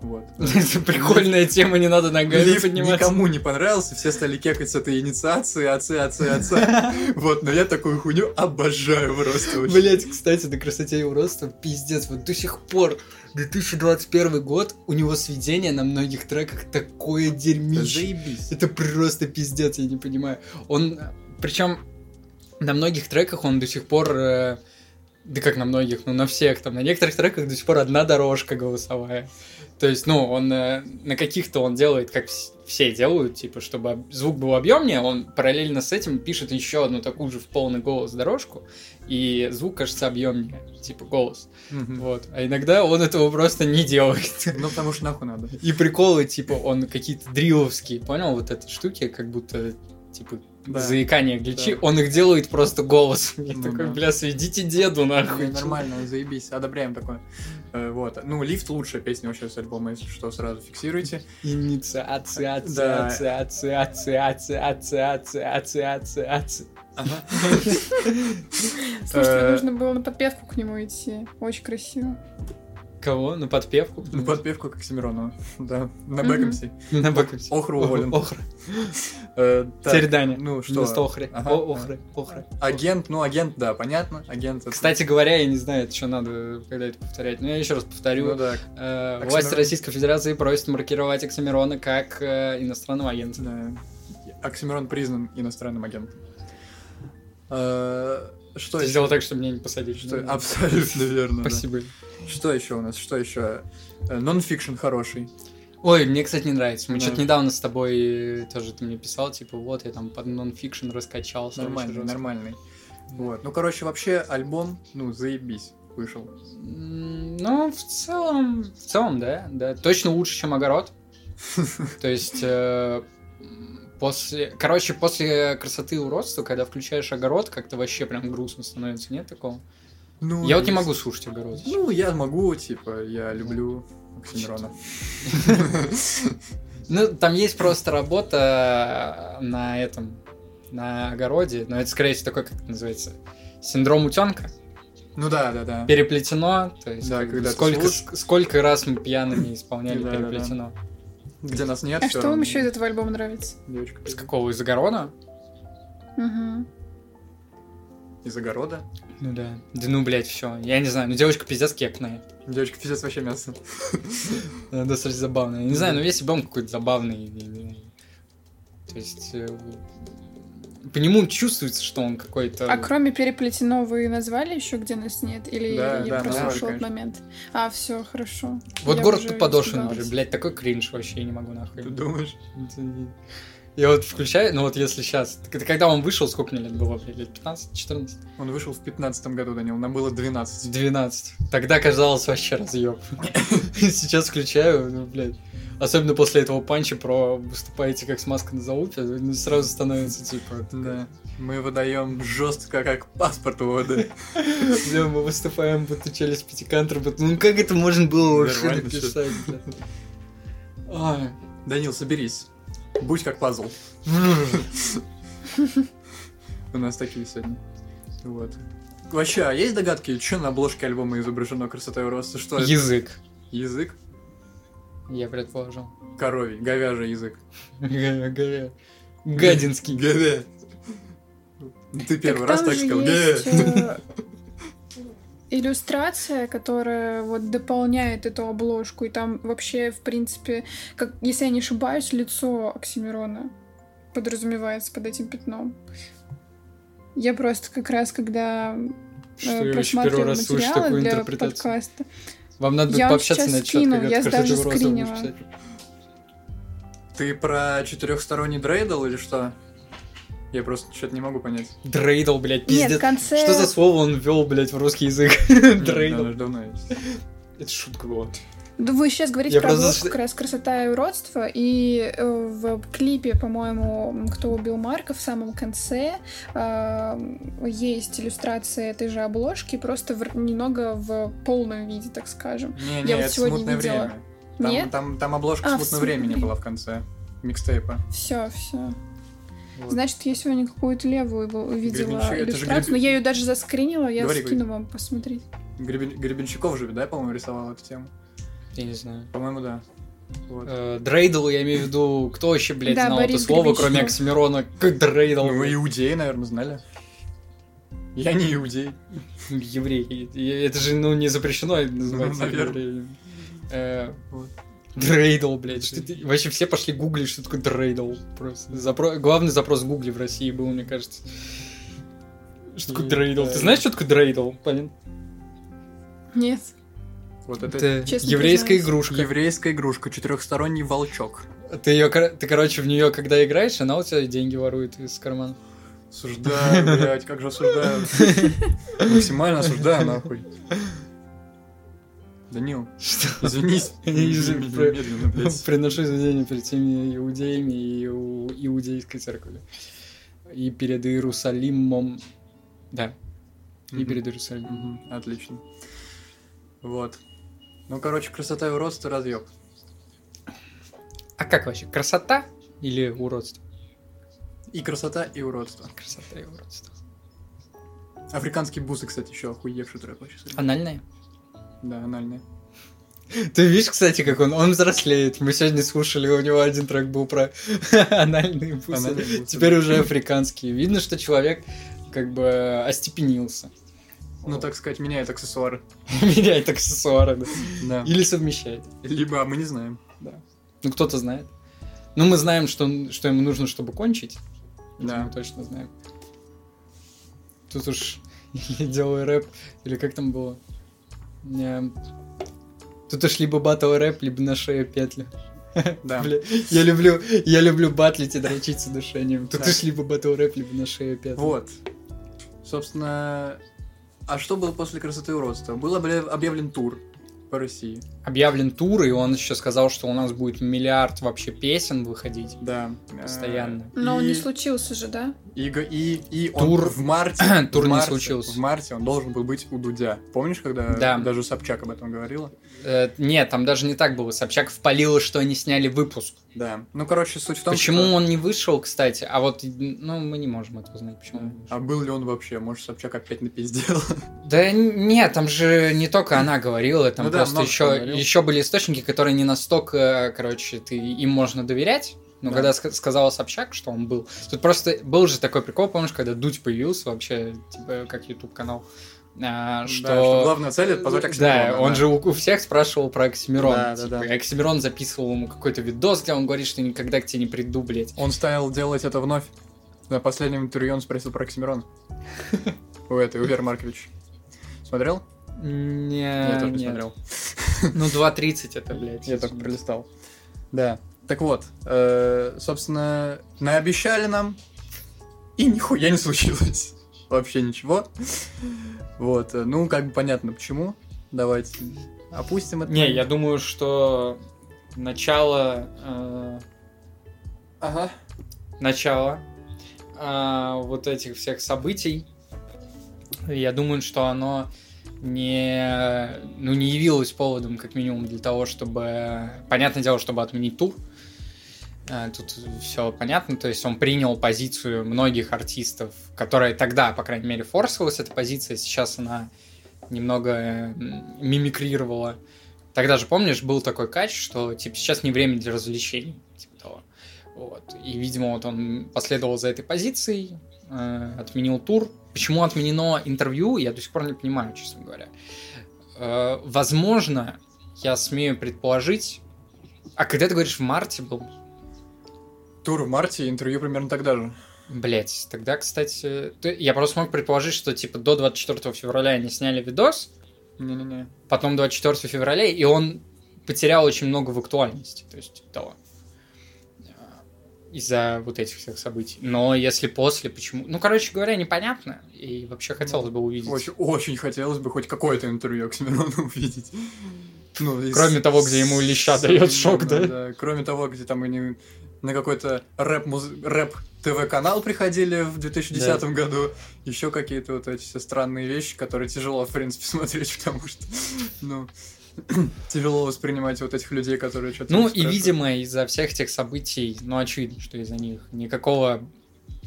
Speaker 2: Вот.
Speaker 1: Это прикольная тема, не надо ногами
Speaker 2: Лифт
Speaker 1: поднимать.
Speaker 2: никому не понравился, все стали кекать с этой инициации, отцы, отцы, отца. Вот, но я такую хуйню обожаю просто очень.
Speaker 1: Блять, кстати, до красоте и уродства пиздец. Вот до сих пор, 2021 год, у него сведение на многих треках такое
Speaker 2: Да
Speaker 1: дерьмище.
Speaker 2: Заебись.
Speaker 1: Это просто пиздец, я не понимаю. Он, причем, на многих треках он до сих пор, э, да как на многих, ну на всех, там на некоторых треках до сих пор одна дорожка голосовая. То есть, ну, он э, на каких-то он делает, как вс- все делают, типа, чтобы об- звук был объемнее, он параллельно с этим пишет еще одну такую же в полный голос дорожку, и звук кажется объемнее, типа голос.
Speaker 2: Мгм.
Speaker 1: Вот. А иногда он этого просто не делает.
Speaker 2: Ну, потому что нахуй надо.
Speaker 1: И приколы, типа, он какие-то дриловские, понял, вот эти штуки, как будто, типа,
Speaker 2: Да.
Speaker 1: заикание гличи,
Speaker 2: Да.
Speaker 1: он их делает просто голос. Я
Speaker 2: Ну
Speaker 1: такой,
Speaker 2: да.
Speaker 1: бля, сведите деду, нахуй.
Speaker 2: Не, Нормально, заебись, одобряем такое. Э, Вот. Ну, лифт лучшая песня вообще с альбома, если что, сразу фиксируйте.
Speaker 1: Инициация,
Speaker 2: Да.
Speaker 1: ация, ация, ация, ация, ация, ация, ация, ация, ация.
Speaker 3: Слушай,
Speaker 2: Э,
Speaker 3: нужно было на подпевку к нему идти. Очень красиво.
Speaker 1: Кого? На подпевку?
Speaker 2: На подпевку к Оксимирону. Да. На
Speaker 3: Мгм.
Speaker 2: бэкэмси.
Speaker 1: На бэкапсе.
Speaker 2: Охру уволен.
Speaker 1: Охра.
Speaker 2: Э, так,
Speaker 1: Теперь Даня.
Speaker 2: Ну
Speaker 1: Вместо
Speaker 2: что,
Speaker 1: охры.
Speaker 2: Ага.
Speaker 1: О, охры. Охры.
Speaker 2: агент, ну агент, да, понятно. Агент. это-
Speaker 1: Кстати говоря, я не знаю, это что надо, когда это повторять, но я еще раз повторю.
Speaker 2: ну да,
Speaker 1: Э,
Speaker 2: Оксимирон.
Speaker 1: Власти Российской Федерации просят маркировать Оксимирона как э, иностранного агента.
Speaker 2: да. Оксимирон признан иностранным агентом. Э, Что
Speaker 1: Ты
Speaker 2: еще?
Speaker 1: сделал так, чтобы меня не посадили.
Speaker 2: Что-
Speaker 1: Ну,
Speaker 2: Абсолютно верно. да.
Speaker 1: Спасибо.
Speaker 2: Что еще у нас? Что еще? Нонфикшн хороший.
Speaker 1: Ой, мне, кстати, не нравится. Мы
Speaker 2: Да.
Speaker 1: что-то недавно с тобой э, тоже ты мне писал, типа, вот, я там под нонфикшн раскачался.
Speaker 2: Нормальный,
Speaker 1: очень
Speaker 2: нормальный. Вот. Ну, короче, вообще альбом, ну, заебись вышел.
Speaker 1: жестко. М, Ну, в целом, в целом, да, да. Точно лучше, чем огород. То есть, э, м, после... Короче, после красоты и уродства, когда включаешь огород, как-то вообще прям грустно становится, нет такого?
Speaker 2: Ну,
Speaker 1: Я вот не
Speaker 2: есть.
Speaker 1: могу слушать огород. сейчас.
Speaker 2: Ну, я могу, типа, я люблю Оксимирона.
Speaker 1: Ну, там есть просто работа э, на этом, на огороде, но это, скорее всего, такой, как это называется, синдром утенка.
Speaker 2: Ну да, да, да.
Speaker 1: Переплетено, то есть
Speaker 2: Да,
Speaker 1: как бы
Speaker 2: когда ты
Speaker 1: сколько,
Speaker 2: слушаешь.
Speaker 1: ск- сколько раз мы пьяными исполняли
Speaker 2: Да, да, да.
Speaker 1: переплетено.
Speaker 2: Где нас нет,
Speaker 3: А
Speaker 2: всё
Speaker 3: что вам
Speaker 2: равно.
Speaker 3: еще из этого альбома нравится?
Speaker 2: Девочка.
Speaker 1: С какого? Из огорода?
Speaker 3: Мгм.
Speaker 2: Из огорода.
Speaker 1: Ну да. Да ну, блядь, все. Я не знаю, ну девочка пиздец кепная.
Speaker 2: Девочка пиздец вообще мясо.
Speaker 1: Она достаточно забавная. Я не знаю, но весь альбом какой-то забавный. То есть... э, по нему чувствуется, что он какой-то...
Speaker 3: А кроме переплетено вы назвали еще, где нас нет? Или
Speaker 2: Да,
Speaker 3: я
Speaker 2: да,
Speaker 3: просто
Speaker 2: назвали,
Speaker 3: ушел
Speaker 2: конечно.
Speaker 3: момент? А, все, хорошо.
Speaker 1: вот
Speaker 3: Я
Speaker 1: город
Speaker 3: уже
Speaker 1: под подошвами
Speaker 3: испугалась.
Speaker 1: уже, блядь, такой кринж вообще, я не могу нахуй.
Speaker 2: Ты думаешь?
Speaker 1: Я вот включаю, ну вот если сейчас... Когда он вышел, сколько мне лет было, блядь, лет 15, 14?
Speaker 2: Он вышел в пятнадцатом году, Данил, нам было 12.
Speaker 1: 12. Тогда казалось вообще разъеб. Сейчас включаю, ну, блядь. Особенно после этого панча про выступаете как смазка на залупе, ну, сразу становится типа...
Speaker 2: Да. Мы выдаем жестко, как паспорт УВД.
Speaker 1: Бля, мы выступаем, будто челюсть пятикантра. будто- Ну как это можно было вообще
Speaker 2: Нормально
Speaker 1: написать? бля? Ай.
Speaker 2: Данил, соберись. Будь как пазл. У нас такие сегодня. Вот. Вообще, а есть догадки, что на обложке альбома изображено красотой роста? Что это?
Speaker 1: Язык.
Speaker 2: Язык?
Speaker 1: Я предположил.
Speaker 2: Коровий, говяжий язык.
Speaker 1: Г- г- Гадинский.
Speaker 2: Говя. Ты
Speaker 3: Так
Speaker 2: первый раз
Speaker 3: там
Speaker 2: так
Speaker 3: же
Speaker 2: сказал.
Speaker 3: есть,
Speaker 2: Ге.
Speaker 3: э, Иллюстрация, которая вот дополняет эту обложку, и там вообще, в принципе, как, если я не ошибаюсь, лицо Оксимирона подразумевается под этим пятном. Я просто как раз, когда э,
Speaker 1: Что я вообще
Speaker 3: просматривала
Speaker 1: первый раз слышу
Speaker 3: материалы
Speaker 1: такую
Speaker 3: для
Speaker 1: интерпретацию.
Speaker 3: подкаста,
Speaker 1: Вам надо будет
Speaker 3: Я вам
Speaker 1: пообщаться
Speaker 3: сейчас
Speaker 1: на этот счет,
Speaker 3: скину,
Speaker 1: когда
Speaker 3: я
Speaker 1: ты
Speaker 3: даже
Speaker 1: красоту в розовом будешь
Speaker 3: скринила.
Speaker 1: писать.
Speaker 2: Ты про четырехсторонний дрейдл или что? Я просто что-то не могу понять.
Speaker 1: Дрейдл, блядь,
Speaker 3: Нет, в
Speaker 1: пиздец.
Speaker 3: конце...
Speaker 1: Что за слово он ввел, блядь, в русский язык?
Speaker 2: Нет, да,
Speaker 1: Дрейдл.
Speaker 2: оно ж давно есть.
Speaker 1: Это шутка была.
Speaker 3: Да Вы сейчас говорите
Speaker 1: Я
Speaker 3: про
Speaker 1: просто-
Speaker 3: обложку как раз красота и уродство, и э, в клипе, по-моему, кто убил Марка в самом конце э, есть иллюстрация этой же обложки, просто в- немного в полном виде, так скажем.
Speaker 2: Не, не,
Speaker 3: Я вот
Speaker 2: это
Speaker 3: сегодня
Speaker 2: смутное
Speaker 3: видела.
Speaker 2: время. Там,
Speaker 3: Нет,
Speaker 2: там, там обложка
Speaker 3: А, в
Speaker 2: смутного
Speaker 3: «Смутном
Speaker 2: времени
Speaker 3: времени».
Speaker 2: была в конце микстейпа.
Speaker 3: все, все.
Speaker 1: Вот.
Speaker 3: Значит, я сегодня какую-то левую бу- увидела
Speaker 2: Гребенщик- это же
Speaker 3: иллюстрацию, но
Speaker 2: гребен-
Speaker 3: я ее даже заскринила, я
Speaker 2: Говори,
Speaker 3: скину вам посмотреть.
Speaker 2: Гребен- Гребенщиков же, да, по-моему, рисовал эту тему?
Speaker 1: Я не знаю.
Speaker 2: По-моему, да. Вот.
Speaker 1: Э, Дрейдл, я имею в виду, кто вообще, блядь,
Speaker 3: Да,
Speaker 1: знал это
Speaker 3: Борис
Speaker 1: слово, кроме
Speaker 3: Гребенщиков.
Speaker 1: Оксимирона? Как Дрейдл,
Speaker 2: Ну,
Speaker 1: блядь,
Speaker 2: иудеи, наверное, знали. Я не иудей.
Speaker 1: еврей. И Это же, ну, не запрещено называется
Speaker 2: наверное.
Speaker 1: евреем. Э,
Speaker 2: Вот.
Speaker 1: Дрейдл, блядь. что ты- Вообще все пошли гуглить, что такое Дрейдл. Просто запро- Главный запрос в гугле в России был, мне кажется. Что такое
Speaker 2: И,
Speaker 1: Дрейдл?
Speaker 2: да.
Speaker 1: Ты знаешь, что такое Дрейдл, Полин?
Speaker 3: Нет,
Speaker 2: Вот это
Speaker 1: Это
Speaker 3: Честно
Speaker 1: еврейская
Speaker 3: признаюсь.
Speaker 1: игрушка.
Speaker 2: еврейская игрушка, четырехсторонний волчок.
Speaker 1: Ты ее, ты, короче, в нее, когда играешь, она у тебя деньги ворует из кармана.
Speaker 2: Осуждаю, блядь, как же осуждаю. Максимально осуждаю, нахуй. Данил,
Speaker 1: Что?
Speaker 2: извинись.
Speaker 1: Извини, про-
Speaker 2: Немедленно, блядь.
Speaker 1: Приношу извинения перед всеми иудеями и у иудейской церкви. И перед Иерусалимом. Да, и
Speaker 2: Мгм.
Speaker 1: перед Иерусалимом.
Speaker 2: Мгм, Отлично. Вот. Ну, короче, красота и рост разъеб.
Speaker 1: А как вообще? Красота или уродство?
Speaker 2: И красота, и уродство.
Speaker 1: Красота и уродство.
Speaker 2: Африканские бусы, кстати, еще охуевший трек вообще. сегодня.
Speaker 1: Анальное?
Speaker 2: Да, анальные.
Speaker 1: Ты видишь, кстати, как он? Он взрослеет. Мы сегодня слушали, у него один трек был про анальные бусы.
Speaker 2: Анальные бусы.
Speaker 1: Теперь уже африканские. Видно, что человек как бы остепенился.
Speaker 2: Ну, так сказать, меняет аксессуары.
Speaker 1: Меняет аксессуары. да.
Speaker 2: Да.
Speaker 1: Или совмещает.
Speaker 2: Либо а мы не знаем.
Speaker 1: Ну, кто-то знает. Ну, мы знаем, что, он- что ему нужно, чтобы кончить. Это
Speaker 2: Да.
Speaker 1: Мы точно знаем. Тут уж я делаю рэп, или как там было? Эм, Тут уж либо батл рэп, либо на шею петли.
Speaker 2: Да.
Speaker 1: Бля, я люблю, я люблю батлить и дрочить с удушением. Тут
Speaker 2: Да.
Speaker 1: уж либо батл рэп, либо на шею петли.
Speaker 2: Вот. Собственно, а что было после красоты и уродства? Был обля- объявлен тур по России.
Speaker 1: Объявлен тур, и он еще сказал, что у нас будет миллиард вообще песен выходить.
Speaker 2: Да. Э,
Speaker 1: Постоянно.
Speaker 3: но он
Speaker 2: и,
Speaker 3: не случился же, да?
Speaker 2: И, г- и, и он
Speaker 1: Тур-
Speaker 2: в марте...
Speaker 1: Тур
Speaker 2: в
Speaker 1: не
Speaker 2: марте-
Speaker 1: случился.
Speaker 2: В марте он должен был быть у Дудя. Помнишь, когда
Speaker 1: Да.
Speaker 2: даже Собчак об этом говорила?
Speaker 1: Э, нет, там даже не так было. Собчак впалила, что они сняли выпуск.
Speaker 2: Да. Ну, короче, суть в том,
Speaker 1: Почему
Speaker 2: что-
Speaker 1: он не вышел, кстати? А вот, ну, мы не можем это узнать, почему он не
Speaker 2: А
Speaker 1: вышел.
Speaker 2: был ли он вообще? Может, Собчак опять напиздел?
Speaker 1: Да нет, там же не только она говорила, там
Speaker 2: Ну да,
Speaker 1: просто
Speaker 2: много кто
Speaker 1: еще,
Speaker 2: говорил.
Speaker 1: еще были источники, которые не настолько, короче, ты, им можно доверять. Но
Speaker 2: Да.
Speaker 1: когда ска- сказала Собчак, что он был, тут просто был же такой прикол, помнишь, когда Дудь появился вообще, типа, как YouTube-канал, а,
Speaker 2: Да,
Speaker 1: что...
Speaker 2: главная цель — это позвать Оксимирона,
Speaker 1: Да, он же у, у всех спрашивал про Оксимирона.
Speaker 2: Да, да,
Speaker 1: типа,
Speaker 2: да.
Speaker 1: и Оксимирон записывал ему какой-то видос, где он говорит, что никогда к тебе не приду, блядь.
Speaker 2: Он стал делать это вновь. На последнем интервью он спросил про Оксимирон. У этой, у Веры Маркович. Смотрел?
Speaker 1: Не,
Speaker 2: Я тоже не
Speaker 1: нет.
Speaker 2: смотрел.
Speaker 1: Ну, 2.30 это, блядь.
Speaker 2: Я только пролистал. Да. Так вот, э, собственно, наобещали нам, и нихуя не случилось. Вообще ничего. Вот, э, ну, как бы понятно, почему. Давайте опустим это.
Speaker 1: Не, я думаю, что начало...
Speaker 2: Ага.
Speaker 1: э, начало э, вот этих всех событий, я думаю, что оно не, ну, не явилось поводом, как минимум, для того, чтобы... Понятное дело, чтобы отменить тур. Э, Тут все понятно. То есть он принял позицию многих артистов, которая тогда, по крайней мере, форсилась эта позиция. Сейчас она немного м, мимикрировала. Тогда же, помнишь, был такой кач, что типа сейчас не время для развлечений. Типа того. Вот. И, видимо, вот он последовал за этой позицией, э, отменил тур. Почему отменено интервью, я до сих пор не понимаю, честно говоря. Э, возможно, я смею предположить... А когда ты говоришь, в марте был?
Speaker 2: Тур в марте, интервью примерно тогда же.
Speaker 1: Блять, тогда, кстати... ты- Я просто мог предположить, что типа до 24 февраля они сняли видос,
Speaker 2: Не-не-не.
Speaker 1: потом 24 февраля, и он потерял очень много в актуальности, то есть того. Э, Из-за вот этих всех событий. Но если после, почему... Ну, короче говоря, непонятно. И вообще хотелось бы увидеть.
Speaker 2: Очень, очень хотелось бы хоть какое-то интервью Оксимирона увидеть. Ну, из-
Speaker 1: Кроме того, где ему леща дает шок, да?
Speaker 2: Кроме того, где там они на какой-то рэп, рэп ТВ канал приходили в 2010 году. Еще какие-то вот эти все странные вещи, которые тяжело, в принципе, смотреть, потому что, ну, тяжело воспринимать вот этих людей, которые что-то...
Speaker 1: Ну, и, видимо, из-за всех тех событий, ну, очевидно, что из-за них никакого...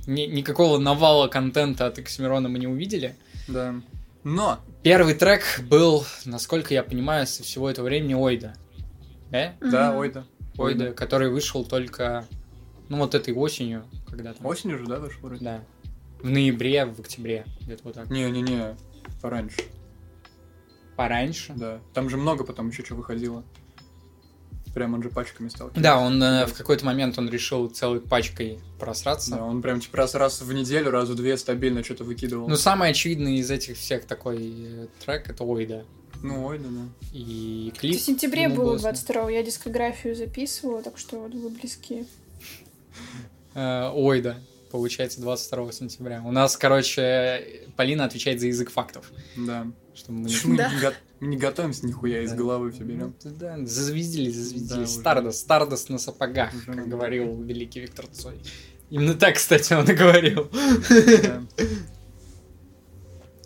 Speaker 1: ни- никакого навала контента от Оксимирона мы не увидели.
Speaker 2: Да. Но
Speaker 1: Первый трек был, насколько я понимаю, со всего этого времени Ойда. Э? Да?
Speaker 2: Да,
Speaker 3: Мгм.
Speaker 2: ой, да.
Speaker 1: Ойда, который вышел только, ну, вот этой осенью, когда там.
Speaker 2: Осенью же, да, вышел вроде?
Speaker 1: Да. В ноябре, в октябре, где-то вот так.
Speaker 2: Не-не-не, пораньше,
Speaker 1: Пораньше.
Speaker 2: да. Там же много потом еще чего выходило. Прям он же пачками стал.
Speaker 1: Да, он э, в какой-то момент он решил целой пачкой просраться.
Speaker 2: Да, он прям типа раз, раз в неделю, раз в две стабильно что-то выкидывал.
Speaker 1: Ну, самый очевидный из этих всех такой э, трек это Ойда.
Speaker 2: Ну, ой, да, да.
Speaker 1: И
Speaker 3: В
Speaker 1: клип.
Speaker 3: сентябре
Speaker 1: ему
Speaker 3: было
Speaker 1: было
Speaker 3: 22 я дискографию записывала, так что вот вы близки.
Speaker 1: Э, Ойда. Получается, 22 сентября. У нас, короче, Полина отвечает за язык фактов.
Speaker 2: Ну, Да.
Speaker 1: Чтобы мы не-
Speaker 2: Почему мы
Speaker 3: Да.
Speaker 2: не го- мы не готовимся нихуя, из
Speaker 1: Да.
Speaker 2: головы все берем.
Speaker 1: Ну, да, зазвездили, зазвездили.
Speaker 2: Да, уже.
Speaker 1: Стардос, Стардос на сапогах,
Speaker 2: Уже
Speaker 1: как
Speaker 2: надо.
Speaker 1: говорил великий Виктор Цой. Именно так, кстати, он и говорил.
Speaker 2: Да.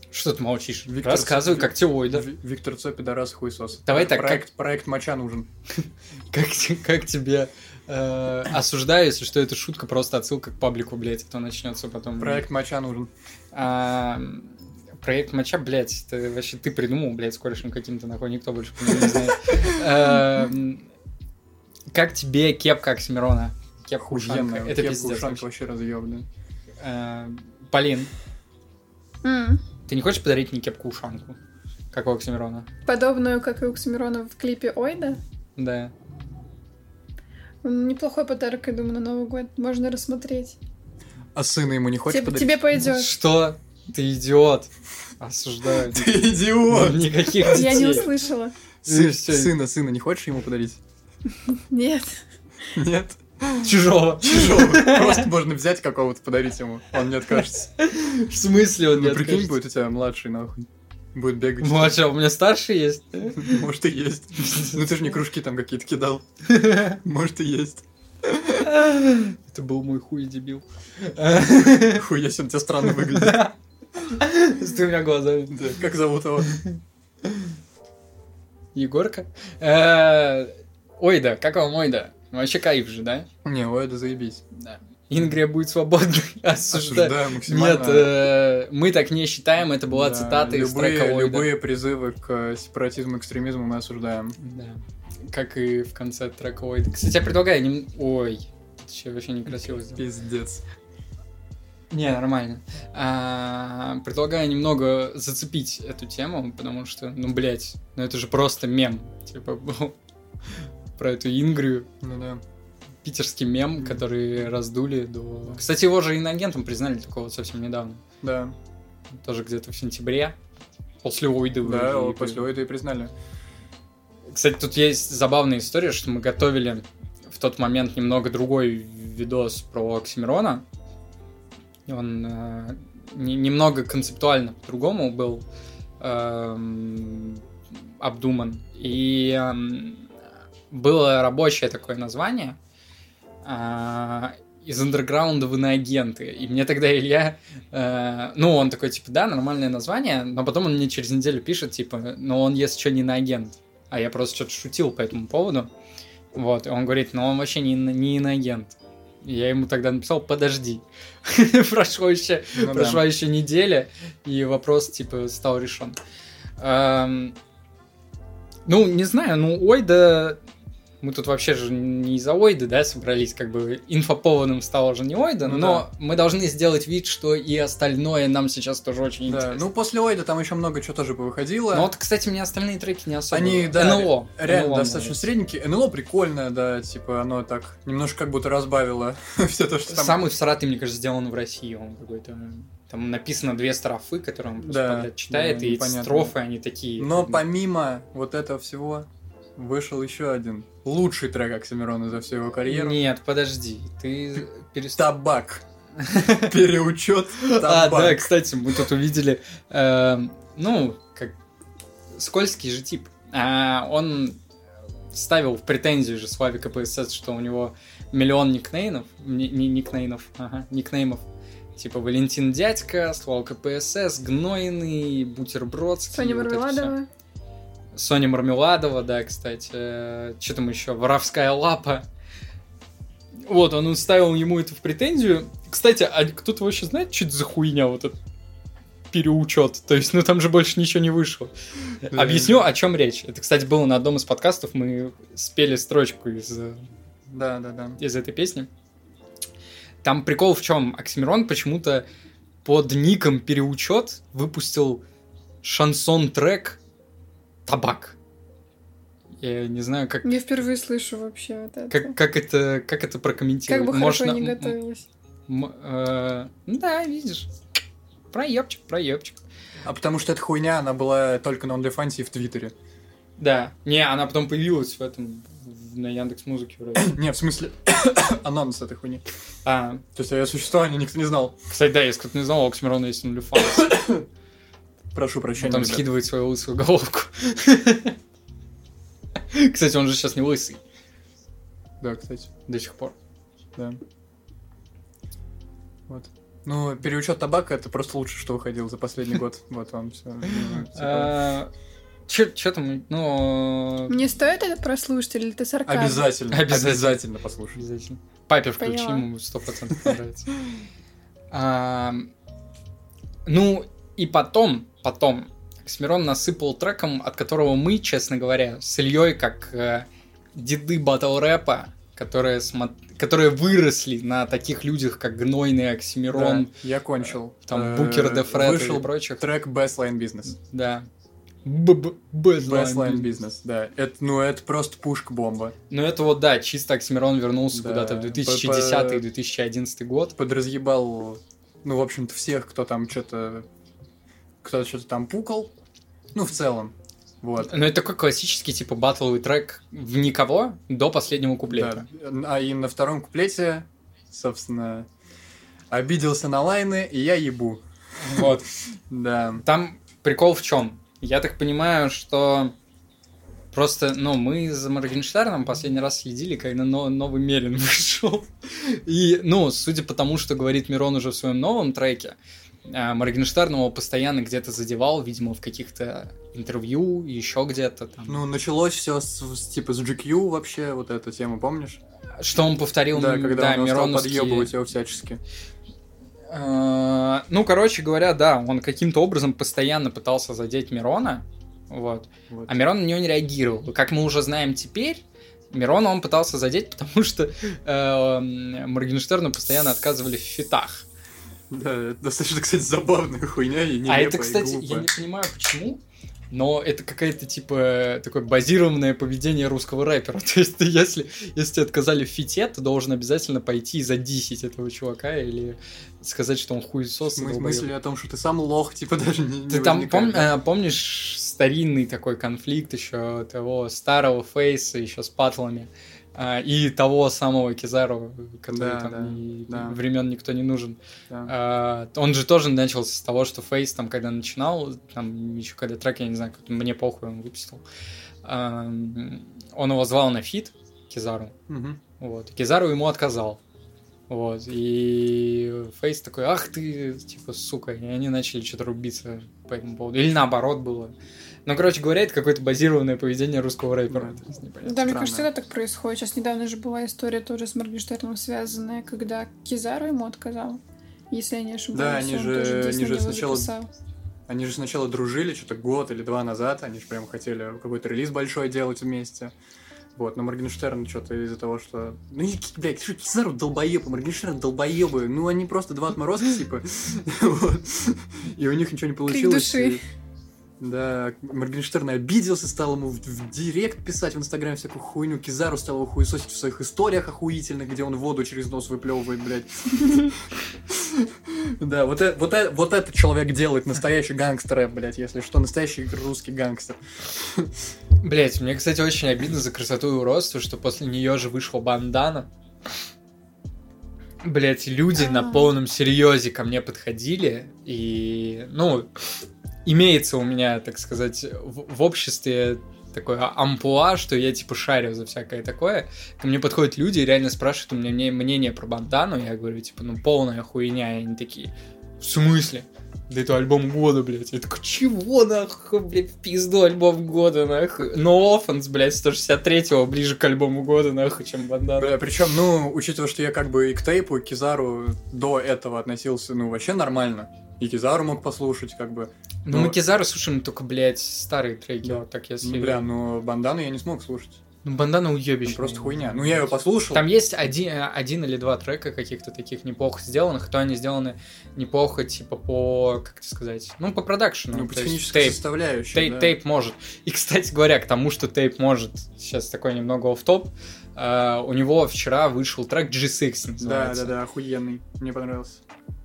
Speaker 1: Что ты молчишь?
Speaker 2: Виктор
Speaker 1: Рассказывай,
Speaker 2: Цой.
Speaker 1: как тебе Ойда.
Speaker 2: Ви- Виктор Цой, пидорас, хуесос.
Speaker 1: Давай так,
Speaker 2: Проект, проект моча нужен.
Speaker 1: Как, те- как тебе э, осуждаю, если что, это шутка, просто отсылка к паблику, блядь, а то начнется потом.
Speaker 2: Проект моча нужен.
Speaker 1: А, проект Мача, блядь, это вообще ты придумал, блядь, с корешем каким-то нахуй, никто больше про него не знает. Эм, Как тебе кепка Оксимирона? Кепка Ушанка.
Speaker 2: Охуенно.
Speaker 1: Это
Speaker 2: Кепка
Speaker 1: пиздец.
Speaker 2: Ушанка вообще разъебная.
Speaker 1: Э, Полин,
Speaker 3: М.
Speaker 1: ты не хочешь подарить мне кепку ушанку? Как у Оксимирона?
Speaker 3: Подобную, как и у Оксимирона в клипе «Ойда».
Speaker 1: Да.
Speaker 3: М, Неплохой подарок, я думаю, на Новый год. Можно рассмотреть.
Speaker 2: А сына ему не хочешь
Speaker 3: Тебе-
Speaker 2: подарить?
Speaker 3: тебе пойдет.
Speaker 1: Что? Ты идиот. Осуждаю. ну,
Speaker 2: Ты идиот!
Speaker 1: Никаких детей.
Speaker 3: Я не услышала.
Speaker 2: Сы-
Speaker 1: всё.
Speaker 2: Сына, сына не хочешь ему подарить?
Speaker 3: Нет.
Speaker 2: Нет.
Speaker 1: Чужого.
Speaker 2: Чужого. Просто можно взять какого-то, подарить ему. Он не откажется.
Speaker 1: В смысле он не
Speaker 2: Ну, прикинь,
Speaker 1: откажется?
Speaker 2: будет у тебя младший, нахуй. Будет бегать.
Speaker 1: Младший, а у меня старший есть?
Speaker 2: Может и есть. Ну ты же не кружки там какие-то кидал. Может и есть.
Speaker 1: Это был мой хуй, дебил.
Speaker 2: Хуя себе, он у тебя странно выглядит.
Speaker 1: С двумя глазами.
Speaker 2: Да, Как зовут его?
Speaker 1: Егорка? Э, Ойда, как вам Ойда? Ну, Вообще кайф же, да?
Speaker 2: Не, ой, это заебись.
Speaker 1: Да. Ингрия будет свободной. Осуждаю.
Speaker 2: Осуждаю
Speaker 1: Нет,
Speaker 2: максимально.
Speaker 1: э, мы так не считаем, это была
Speaker 2: Да,
Speaker 1: цитата из трека
Speaker 2: любые,
Speaker 1: Ллойда.
Speaker 2: любые призывы к э, сепаратизму, экстремизму мы осуждаем.
Speaker 1: Да. Как и в конце трека Ллойда. Кстати, я предлагаю... нем- Ой, вообще, вообще некрасиво сделал.
Speaker 2: Пиздец.
Speaker 1: Не, нормально. А, предлагаю немного зацепить эту тему, потому что, ну, блядь, ну это же просто мем. Типа, про эту Ингрию.
Speaker 2: Ну да.
Speaker 1: питерский мем, который раздули до... Кстати, его же инагентом признали такого совсем недавно.
Speaker 2: Да,
Speaker 1: Тоже где-то в сентябре. После Уиды.
Speaker 2: да,
Speaker 1: вроде,
Speaker 2: о, после этого и признали.
Speaker 1: Кстати, тут есть забавная история, что мы готовили в тот момент немного другой видос про Оксимирона. Он э, не- немного концептуально по-другому был эм, обдуман. И эм, было рабочее такое название а, из андерграунда в иноагенты. И мне тогда Илья, э, ну, он такой, типа, да, нормальное название, но потом он мне через неделю пишет, типа, но он, если что, не иноагент. А я просто что-то шутил по этому поводу. Вот, и он говорит, ну, он вообще не, ино- не иноагент. Я ему тогда написал, подожди. Прошло еще
Speaker 2: Ну да.
Speaker 1: Прошла еще неделя, и вопрос, типа, стал решен. Эм, ну, не знаю, ну, Ойда... Мы тут вообще же не из-за Ойда, да, собрались, как бы инфоповодом стала же не Ойда,
Speaker 2: Ну
Speaker 1: но мы должны сделать вид, что и остальное нам сейчас тоже очень
Speaker 2: Да,
Speaker 1: интересно.
Speaker 2: ну после Ойда там еще много чего тоже повыходило.
Speaker 1: Ну, вот, кстати, мне остальные треки не особо...
Speaker 2: Они, да,
Speaker 1: НЛО.
Speaker 2: Реально
Speaker 1: NLO,
Speaker 2: достаточно
Speaker 1: наверное.
Speaker 2: средненькие. НЛО прикольное, да, типа оно так немножко как будто разбавило все то, что там...
Speaker 1: Самый всратый, мне кажется, сделан в России. Он какой-то... Там написано две строфы, которые он просто
Speaker 2: Да,
Speaker 1: подряд читает,
Speaker 2: да,
Speaker 1: и эти
Speaker 2: непонятно.
Speaker 1: строфы, они такие... типа,
Speaker 2: Но
Speaker 1: как бы,
Speaker 2: помимо вот этого всего вышел еще один лучший трек Оксимирона за всю его карьеру.
Speaker 1: Нет, подожди, ты перестал.
Speaker 2: Табак. Переучет
Speaker 1: А, да,
Speaker 2: табак.
Speaker 1: кстати, мы тут увидели, э, ну, как скользкий же тип. А, он ставил в претензию же Славе КПСС, что у него миллион никнейнов, ни- ни- никнейнов, ага, никнеймов. Типа Валентин Дядька, Слава КПСС, Гнойный, Бутербродский.
Speaker 3: Соня
Speaker 1: вот это всё.
Speaker 3: Мармеладова.
Speaker 1: Соня Мармеладова, да, кстати. Что там еще? Воровская лапа. Вот, он уставил ему это в претензию. Кстати, а кто-то вообще знает, что это за хуйня вот этот переучет? То есть, ну там же больше ничего не вышло.
Speaker 2: Да.
Speaker 1: Объясню, о чем речь. Это, кстати, было на одном из подкастов. Мы спели строчку из э,
Speaker 2: Да, да, да.
Speaker 1: из этой песни. Там прикол в чем? Оксимирон почему-то под ником Переучет выпустил шансон-трек «Табак». Я не знаю, как,
Speaker 3: Я впервые слышу вообще вот это.
Speaker 1: как, как, это, как это прокомментировать.
Speaker 3: Как бы хорошо
Speaker 1: Можно-
Speaker 3: не
Speaker 2: м-м.
Speaker 1: м- м-
Speaker 3: готовились.
Speaker 1: м- э, ну да, видишь. Проебчик, проебчик.
Speaker 2: А потому что эта хуйня, она была только на OnlyFans и в Твиттере.
Speaker 1: Да. Не, она потом появилась в этом, в- на Яндекс Музыке вроде.
Speaker 2: Не, в смысле, анонс этой хуйни.
Speaker 1: А,
Speaker 2: То есть о ее существовании никто не знал.
Speaker 1: кстати, да, если кто-то не знал, у Оксимирона есть OnlyFans.
Speaker 2: Прошу прощения.
Speaker 1: Потом
Speaker 2: ребят.
Speaker 1: Ну, скидывает свою лысую головку. Кстати, он же сейчас не лысый
Speaker 2: Да, кстати,
Speaker 1: до сих пор.
Speaker 2: да. Вот. Ну, переучет табака это просто лучше, что выходил за последний год. Вот Типа, вам все.
Speaker 1: Типа,
Speaker 2: Э,
Speaker 1: Че А, там? Ну,
Speaker 3: Мне стоит это прослушать или ты сарказм?
Speaker 2: Обязательно.
Speaker 1: Обязательно.
Speaker 2: Обязательно послушай.
Speaker 1: обязательно. Папе включи,
Speaker 3: Поняла.
Speaker 1: ему 100% понравится. А, Ну, и потом, потом, Оксимирон насыпал треком, от которого мы, честно говоря, с Ильей, как э, деды батл рэпа, которые, смо- которые выросли на таких людях, как Гнойный, Оксимирон,
Speaker 2: Да, я кончил.
Speaker 1: там
Speaker 2: Э,
Speaker 1: Букер, Де Фред и
Speaker 2: Вышел
Speaker 1: прочих.
Speaker 2: трек Best Line Business.
Speaker 1: Да. Бэзлайн
Speaker 2: Best Line Business, да. Это, ну, это просто пушка-бомба.
Speaker 1: Ну это вот, да, чисто Оксимирон вернулся
Speaker 2: Да.
Speaker 1: куда-то в
Speaker 2: П-
Speaker 1: 2010-2011 год.
Speaker 2: Подразъебал, ну, в общем-то, всех, кто там что-то... Кто-то что-то там пукал. Ну, в целом. Вот.
Speaker 1: Но это такой классический, типа, батловый трек в никого до последнего куплета.
Speaker 2: Да. А и на втором куплете, собственно, обиделся на лайны, и я ебу.
Speaker 1: Вот.
Speaker 2: Да.
Speaker 1: Там прикол в чем? Я так понимаю, что просто, ну, мы за Моргенштерном последний раз следили, когда но- новый Мерин вышел. И, ну, судя по тому, что говорит Мирон уже в своем новом треке, а, Моргенштерн его постоянно где-то задевал, видимо, в каких-то интервью, еще где-то там.
Speaker 2: Ну, началось все с, с, типа с GQ вообще, вот эту тему, помнишь?
Speaker 1: что он повторил,
Speaker 2: да,
Speaker 1: м,
Speaker 2: когда он его стал
Speaker 1: мироновские-
Speaker 2: подъебывать его всячески.
Speaker 1: Э, Ну, короче говоря, да, он каким-то образом постоянно пытался задеть Мирона, вот.
Speaker 2: Вот.
Speaker 1: А Мирон на него не реагировал. Как мы уже знаем теперь, Мирона он пытался задеть, потому что э, Моргенштерну постоянно отказывали в фитах.
Speaker 2: Да, это достаточно, кстати, забавная хуйня и
Speaker 1: а
Speaker 2: нелепая,
Speaker 1: это, кстати,
Speaker 2: и
Speaker 1: я
Speaker 2: глупая.
Speaker 1: не понимаю, почему. но это какое-то, типа, такое базированное поведение русского рэпера. То есть, ты, если, если тебе отказали в фите, ты должен обязательно пойти и задисить этого чувака или сказать, что он хуесос. и
Speaker 2: Мы,
Speaker 1: долбоёб.
Speaker 2: мысли о том, что ты сам лох, типа даже не не
Speaker 1: Ты там
Speaker 2: возникает.
Speaker 1: пом- э, помнишь старинный такой конфликт еще того старого Фейса еще с патлами а, и того самого Кизару, который
Speaker 2: Да,
Speaker 1: там
Speaker 2: да,
Speaker 1: и-
Speaker 2: да.
Speaker 1: времен никто не нужен.
Speaker 2: Да.
Speaker 1: А, он же тоже начался с того, что Фейс там когда начинал, там еще когда трек, я не знаю, какой-то мне похуй он выпустил, а, м, он его звал на фит Кизару,
Speaker 2: Мгм.
Speaker 1: вот. Кизару ему отказал. Вот. И Фейс такой, ах ты, типа, сука. И они начали что-то рубиться по этому поводу. Или наоборот было. Ну, короче говоря, это какое-то базированное поведение русского рэпера.
Speaker 2: Да.
Speaker 1: То есть непонятно.
Speaker 3: Да, мне
Speaker 2: странно.
Speaker 3: кажется, всегда так происходит. Сейчас недавно же была история тоже с Моргенштерном связанная, когда Кизару ему отказал. Если я не ошибаюсь,
Speaker 2: Да, они
Speaker 3: он
Speaker 2: же-
Speaker 3: тоже дисс
Speaker 2: они
Speaker 3: на
Speaker 2: же
Speaker 3: него
Speaker 2: сначала-
Speaker 3: записал.
Speaker 2: Они же сначала дружили что-то год или два назад, они же прям хотели какой-то релиз большой делать вместе. Вот, но Моргенштерн что-то из-за того, что... Ну, и, блядь, что Кизару долбоебы, Моргенштерн долбоебы. Ну, они просто два отморозка, типа. Вот. И у них ничего не получилось.
Speaker 3: души.
Speaker 2: и- Да, Моргенштерн обиделся, стал ему в, в директ писать в Инстаграме всякую хуйню. Кизару стал его хуесосить в своих историях охуительных, где он воду через нос выплевывает, блядь. Да, вот, э- вот, э- вот этот человек делает настоящий гангстер, блядь, если что, настоящий русский гангстер.
Speaker 1: Блять, мне, кстати, очень обидно за красоту и уродство, что после нее же вышла бандана. Блять, люди на
Speaker 3: А.
Speaker 1: полном серьезе ко мне подходили, и, ну, имеется у меня, так сказать, в, в обществе такое амплуа, что я, типа, шарю за всякое такое. Ко мне подходят люди и реально спрашивают у меня мне- мнение про бандану, я говорю, типа, ну, полная хуйня, и они такие, в смысле? Да это альбом года, блядь. Я такой, чего, нахуй, блядь, в пизду альбом года, нахуй. No offense, блядь, 163-го ближе к альбому года, нахуй, чем бандана.
Speaker 2: Причем, ну, учитывая, что я как бы и к тейпу, и к Кизару до этого относился, ну, вообще нормально. И Кизару мог послушать, как бы.
Speaker 1: Ну,
Speaker 2: Ну,
Speaker 1: мы Кизару слушаем только, блядь, старые треки,
Speaker 2: Да.
Speaker 1: вот так, если...
Speaker 2: Ну, бля, но бандану я не смог слушать.
Speaker 1: Ну, бандана
Speaker 2: Ну,
Speaker 1: уебищная.
Speaker 2: просто хуйня. Ну, я ее послушал.
Speaker 1: Там есть один, один или два трека каких-то таких неплохо сделанных, то они сделаны неплохо, типа, по, как это сказать, ну, по продакшену.
Speaker 2: ну, по
Speaker 1: то есть
Speaker 2: технической
Speaker 1: тейп.
Speaker 2: составляющей.
Speaker 1: Тейп,
Speaker 2: да.
Speaker 1: тейп может. И, кстати говоря, к тому, что тейп может, сейчас такой немного оф топ э, у него вчера вышел трек G6
Speaker 2: Да,
Speaker 1: называется.
Speaker 2: да, да, охуенный. Мне понравился.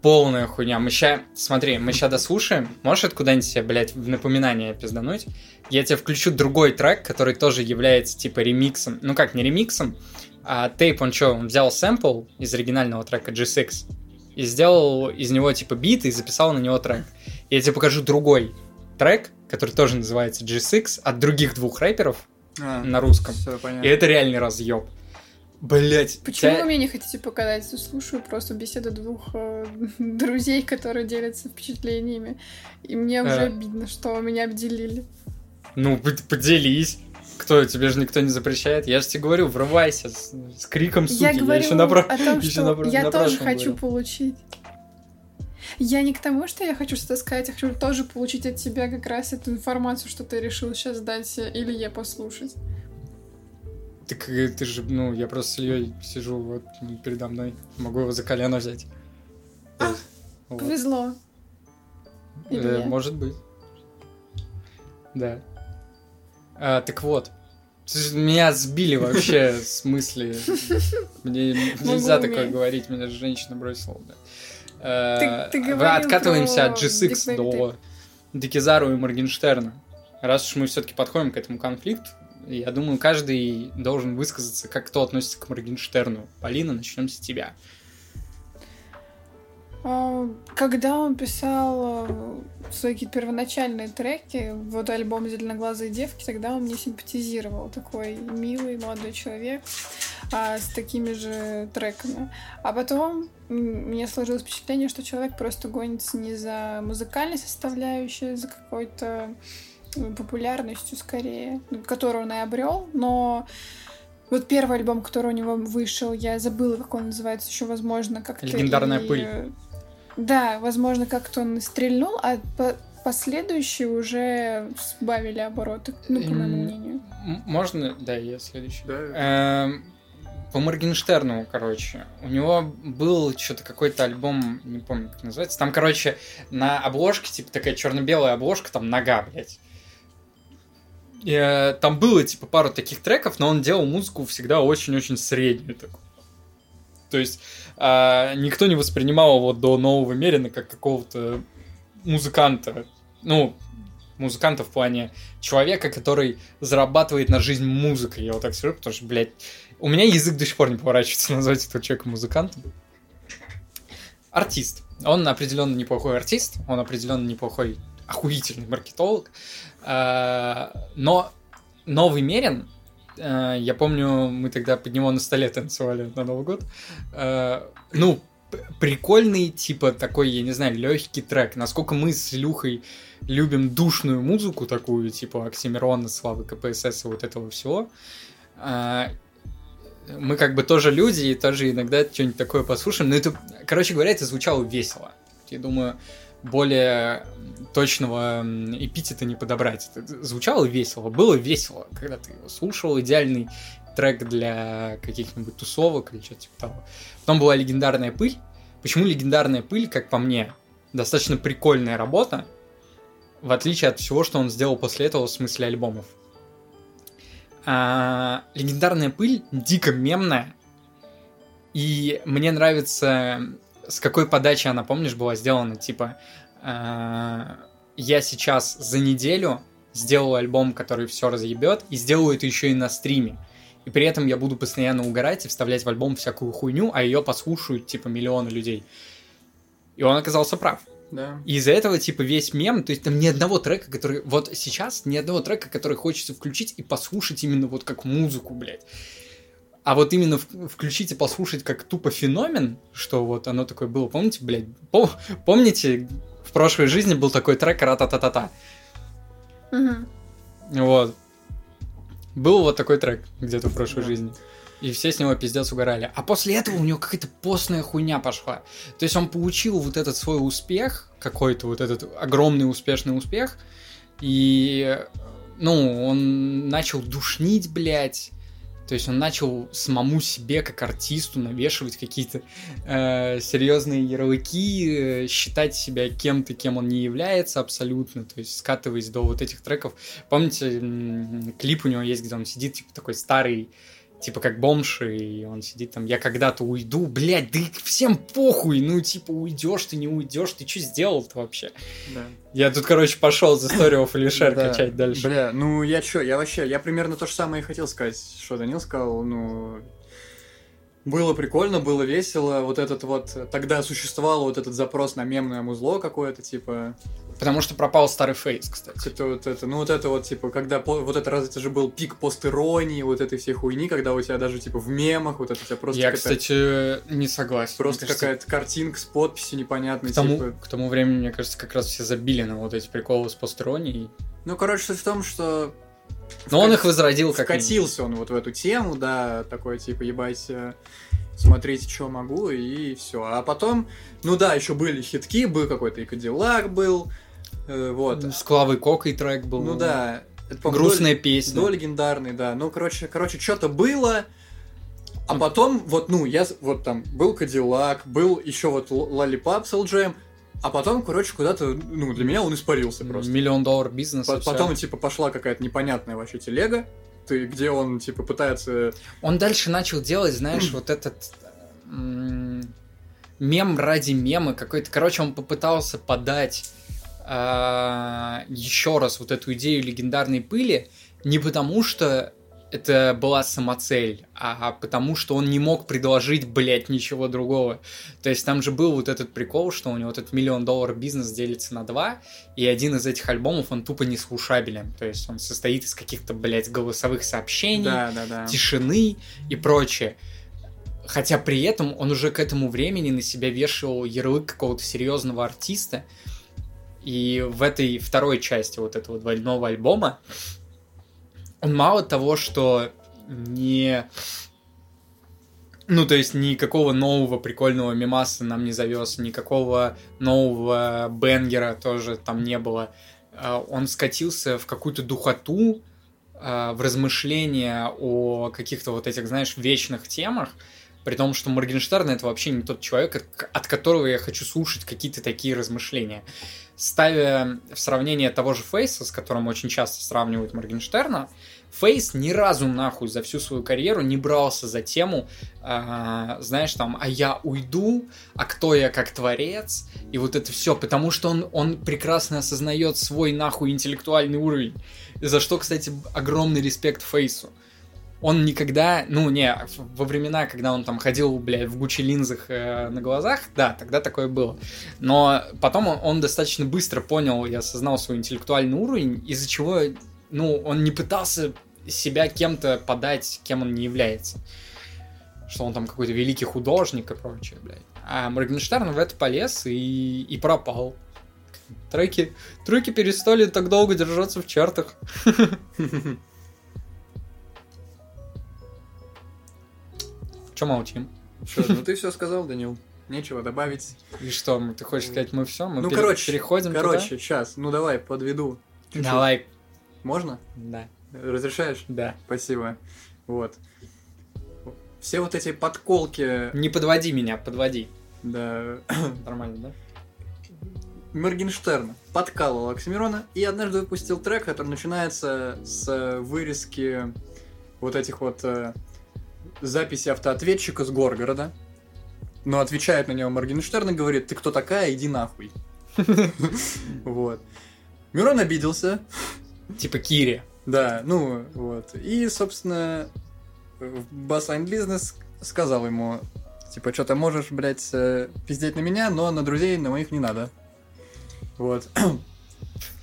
Speaker 1: Полная хуйня. Мы ща, смотри, мы ща дослушаем. Можешь это куда-нибудь себе, блядь, в напоминание пиздануть? Я тебе включу другой трек, который тоже является, типа, ремиксом. Ну как, не ремиксом, а тейп, он что, он взял сэмпл из оригинального трека G6 и сделал из него, типа, бит и записал на него трек. Я тебе покажу другой трек, который тоже называется G6 от других двух рэперов
Speaker 2: А,
Speaker 1: на русском.
Speaker 2: Все, понятно.
Speaker 1: И это реальный разъеб. Блять.
Speaker 3: Почему вы меня не хотите показать? Слушаю просто беседу двух э, друзей, которые делятся впечатлениями. И мне уже
Speaker 1: Э.
Speaker 3: обидно, что меня обделили.
Speaker 1: Ну, под- поделись. Кто, тебе же никто не запрещает. Я же тебе говорю, врывайся с, с криком, суки.
Speaker 3: я говорю
Speaker 1: еще напра-
Speaker 3: о том,
Speaker 1: ещё
Speaker 3: что
Speaker 1: напра-
Speaker 3: я тоже
Speaker 1: напрашиваю,
Speaker 3: хочу
Speaker 1: говорю.
Speaker 3: получить. Я не к тому, что я хочу что-то сказать, я хочу тоже получить от тебя как раз эту информацию, что ты решил сейчас дать э, Илье послушать.
Speaker 1: Так э, ты же, ну, я просто с Ильей сижу вот передо мной. Могу его за колено взять.
Speaker 3: А,
Speaker 1: Вот.
Speaker 3: Повезло.
Speaker 1: Э,
Speaker 3: Илье.
Speaker 1: может быть. Да. А, так вот. Слушай, Меня сбили вообще с мысли. Мне нельзя
Speaker 3: Могу
Speaker 1: такое
Speaker 3: уметь.
Speaker 1: говорить, меня же женщина бросила. да. Э,
Speaker 3: Ты- ты
Speaker 1: вы
Speaker 3: говорил
Speaker 1: Откатываемся
Speaker 3: про
Speaker 1: от G6
Speaker 3: Big Baby
Speaker 1: до Декизару и Моргенштерна. Раз уж мы все-таки подходим к этому конфликту, я думаю, каждый должен высказаться, как кто относится к Моргенштерну. Полина, начнем с тебя.
Speaker 3: А, Когда он писал э, свои какие-то первоначальные треки, вот альбом «Зеленоглазые девки», тогда он мне симпатизировал. Такой милый молодой человек а, с такими же треками. А потом м, мне сложилось впечатление, что человек просто гонится не за музыкальной составляющей, а за какой-то м, популярностью скорее, ну, которую он и обрел, но вот первый альбом, который у него вышел, я забыла, как он называется, еще, возможно, как-то...
Speaker 1: «Легендарная
Speaker 3: и-
Speaker 1: пыль».
Speaker 3: Да, возможно, как-то он и стрельнул, а по- последующие уже сбавили обороты, ну, по моему
Speaker 1: М.
Speaker 3: мнению.
Speaker 1: М- можно? Да, я следующий.
Speaker 2: Да.
Speaker 1: Эм, По Моргенштерну, короче. У него был что-то какой-то альбом, не помню, как называется. Там, короче, на обложке, типа такая черно-белая обложка, там нога, блядь. э, там было типа пару таких треков, но он делал музыку всегда очень-очень среднюю такую. То есть э, никто не воспринимал его до нового Мерина как какого-то музыканта. Ну, музыканта в плане человека, который зарабатывает на жизнь музыкой. Я вот так скажу, потому что, блядь, у меня язык до сих пор не поворачивается назвать этого человека музыкантом. Артист. Он определенно неплохой артист, он определенно неплохой охуительный маркетолог. А, Но новый Мерин, а, я помню, мы тогда под него на столе танцевали на Новый год. А, Ну, п- прикольный, типа такой, я не знаю, легкий трек. Насколько мы с Люхой любим душную музыку такую, типа Оксимирона, Славы КПСС и вот этого всего. а, Мы как бы тоже люди и тоже иногда что-нибудь такое послушаем. Но это, короче говоря, это звучало весело. Я думаю, более точного м, эпитета не подобрать. Это звучало весело, было весело, когда ты его слушал, идеальный трек для каких-нибудь тусовок или что-то типа того. Потом была легендарная пыль. Почему легендарная пыль, как по мне, достаточно прикольная работа, в отличие от всего, что он сделал после этого в смысле альбомов. А, легендарная пыль дико мемная, и мне нравится, с какой подачи она, помнишь, была сделана, типа а, я сейчас за неделю сделаю альбом, который все разъебет, и сделаю это еще и на стриме. И при этом я буду постоянно угорать и вставлять в альбом всякую хуйню, а ее послушают типа миллионы людей. И он оказался прав.
Speaker 2: Да.
Speaker 1: И из-за этого, типа, весь мем, то есть там ни одного трека, который... Вот сейчас ни одного трека, который хочется включить и послушать именно вот как музыку, блядь. А вот именно в- включить и послушать как тупо феномен, что вот оно такое было, помните, блядь, пом- помните, в прошлой жизни был такой трек «Ра-та-та-та-та».
Speaker 3: Мгм.
Speaker 1: Вот. Был вот такой трек где-то в прошлой
Speaker 2: Да.
Speaker 1: жизни. И все с него пиздец угорали. А после этого у него какая-то постная хуйня пошла. То есть он получил вот этот свой успех, какой-то вот этот огромный успешный успех, и, ну, он начал душнить, блядь. То есть он начал самому себе, как артисту, навешивать какие-то э, серьезные ярлыки, э, считать себя кем-то, кем он не является абсолютно, то есть скатываясь до вот этих треков. Помните, м, клип у него есть, где он сидит, типа такой старый, типа как бомж, и он сидит там, я когда-то уйду, блядь, да и всем похуй, ну типа уйдешь ты, не уйдешь, ты что сделал-то вообще?
Speaker 2: да.
Speaker 1: Я тут, короче, пошел за Story of Elyshire
Speaker 2: Да.
Speaker 1: качать дальше.
Speaker 2: Бля, ну я чё, я вообще, я примерно то же самое и хотел сказать, что Данил сказал, ну... Было прикольно, было весело, вот этот вот... Тогда существовал вот этот запрос на мемное музло какое-то, типа...
Speaker 1: Потому что пропал старый фейс, кстати.
Speaker 2: Это вот это, ну вот это вот, типа, когда... по- Вот это раз это же был пик постеронии, вот этой всей хуйни, когда у тебя даже, типа, в мемах, вот это у тебя просто...
Speaker 1: Я,
Speaker 2: какая-то-
Speaker 1: кстати, не согласен.
Speaker 2: Просто
Speaker 1: Мне кажется,
Speaker 2: какая-то картинка с подписью непонятной,
Speaker 1: К тому,
Speaker 2: типа...
Speaker 1: к тому времени, мне кажется, как раз все забили на вот эти приколы с посторонней.
Speaker 2: Ну, короче, суть в том, что...
Speaker 1: Но он их возродил как
Speaker 2: Вкатился он вот в эту тему, да, такой типа, ебайте, смотрите, что могу, и все. А потом, ну да, еще были хитки, был какой-то и Кадиллак был, э, вот.
Speaker 1: С Клавой Кокой трек был.
Speaker 2: Ну да. Это, по-моему,
Speaker 1: Грустная
Speaker 2: до,
Speaker 1: песня.
Speaker 2: до легендарной, да. Ну, короче, короче, что-то было, а потом, вот, ну, я, с- вот там, был Кадиллак, был еще вот Лалипап с LGM, а потом, короче, куда-то, ну, для меня он испарился просто.
Speaker 1: Миллион доллар
Speaker 2: По-
Speaker 1: бизнеса. всё.
Speaker 2: Потом, типа, пошла какая-то непонятная вообще телега, ты, где он, типа, пытается...
Speaker 1: Он дальше начал делать, знаешь, вот этот м, мем ради мема какой-то. Короче, он попытался подать а, еще раз вот эту идею легендарной пыли не потому, что это была самоцель, а потому, что он не мог предложить, блядь, ничего другого. То есть там же был вот этот прикол, что у него вот этот миллион долларов бизнес делится на два, и один из этих альбомов, он тупо не слушабелен. То есть он состоит из каких-то, блядь, голосовых сообщений,
Speaker 2: Да, да, да.
Speaker 1: тишины и прочее. Хотя при этом он уже к этому времени на себя вешал ярлык какого-то серьезного артиста. И в этой второй части вот этого двойного альбома он мало того, что не... Ну, то есть никакого нового прикольного мимаса нам не завез, никакого нового бенгера тоже там не было. А, Он скатился в какую-то духоту, э, а, в размышления о каких-то вот этих, знаешь, вечных темах, При том, что Моргенштерн это вообще не тот человек, от- от которого я хочу слушать какие-то такие размышления. Ставя в сравнение того же Фейса, с которым очень часто сравнивают Моргенштерна, Фейс ни разу нахуй за всю свою карьеру не брался за тему, а, знаешь, там, а я уйду, а кто я как творец, и вот это все, потому что он, он прекрасно осознает свой нахуй интеллектуальный уровень, за что, кстати, огромный респект Фейсу он никогда, ну не, во времена, когда он там ходил, блядь, в Гуччи линзах э, на глазах, да, тогда такое было. Но потом он, он достаточно быстро понял и осознал свой интеллектуальный уровень, из-за чего, ну, он не пытался себя кем-то подать, кем он не является. Что он там какой-то великий художник и прочее, блядь. А Моргенштерн в это полез и, и пропал. Треки, треки перестали так долго держаться в чартах. Че молчим?
Speaker 2: Чё, ну ты все сказал, Данил. Нечего добавить.
Speaker 1: И что, м, ты хочешь сказать, мы все? Мы
Speaker 2: ну,
Speaker 1: пере-
Speaker 2: короче,
Speaker 1: переходим
Speaker 2: короче, сейчас. Ну давай, подведу.
Speaker 1: туда?
Speaker 2: чуть-чуть.
Speaker 1: Давай.
Speaker 2: Можно?
Speaker 1: Да,
Speaker 2: Разрешаешь?
Speaker 1: да.
Speaker 2: Спасибо. Вот. Все вот эти подколки,
Speaker 1: Не подводи меня, подводи.
Speaker 2: да,
Speaker 1: Нормально, да?
Speaker 2: Моргенштерн подкалывал Оксимирона и однажды выпустил трек, который начинается с э, вырезки вот этих вот э, записей автоответчика с Горгорода. Но отвечает на него Моргенштерн и говорит, ты кто такая, иди нахуй. Вот. Мирон обиделся,
Speaker 1: Типа Кири.
Speaker 2: да, ну вот. И, собственно, Баслайн Бизнес сказал ему, типа, что ты можешь, блядь, э, пиздеть на меня, но на друзей, на моих не надо. Вот.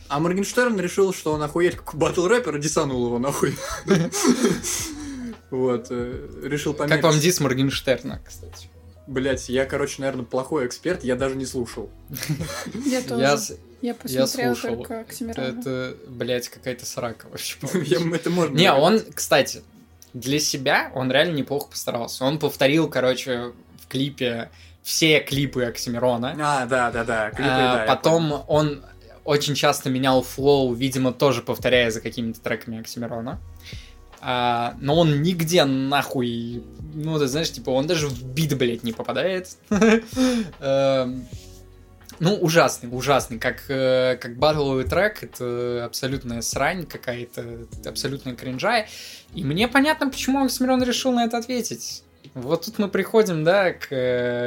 Speaker 2: А Моргенштерн решил, что он охуеть как батл рэпер, и десанул его нахуй. Вот. э, Решил померить.
Speaker 1: Как вам дис Моргенштерна, кстати?
Speaker 2: Блять, я, короче, наверное, плохой эксперт, я даже не слушал.
Speaker 3: Я тоже.
Speaker 1: Я,
Speaker 3: Я,
Speaker 1: с-
Speaker 3: посмотрела
Speaker 1: слушал.
Speaker 3: только Оксимирона.
Speaker 1: это, блядь, какая-то срака вообще.
Speaker 2: Я- Это можно.
Speaker 1: Ну, Не, он, кстати, для себя он реально неплохо постарался. Он повторил, короче, в клипе все клипы Оксимирона.
Speaker 2: А, да, да, да. клипы,
Speaker 1: А,
Speaker 2: да, я
Speaker 1: потом он очень часто менял флоу, видимо, тоже повторяя за какими-то треками Оксимирона. А, но он нигде нахуй, ну, ты знаешь, типа, он даже в бит, блядь, не попадает. Эм, Ну, ужасный, ужасный. Как, э, как батловый трек, это абсолютная срань какая-то, абсолютная кринжа. И мне понятно, почему Оксимирон решил на это ответить. Вот тут мы приходим, да, к э,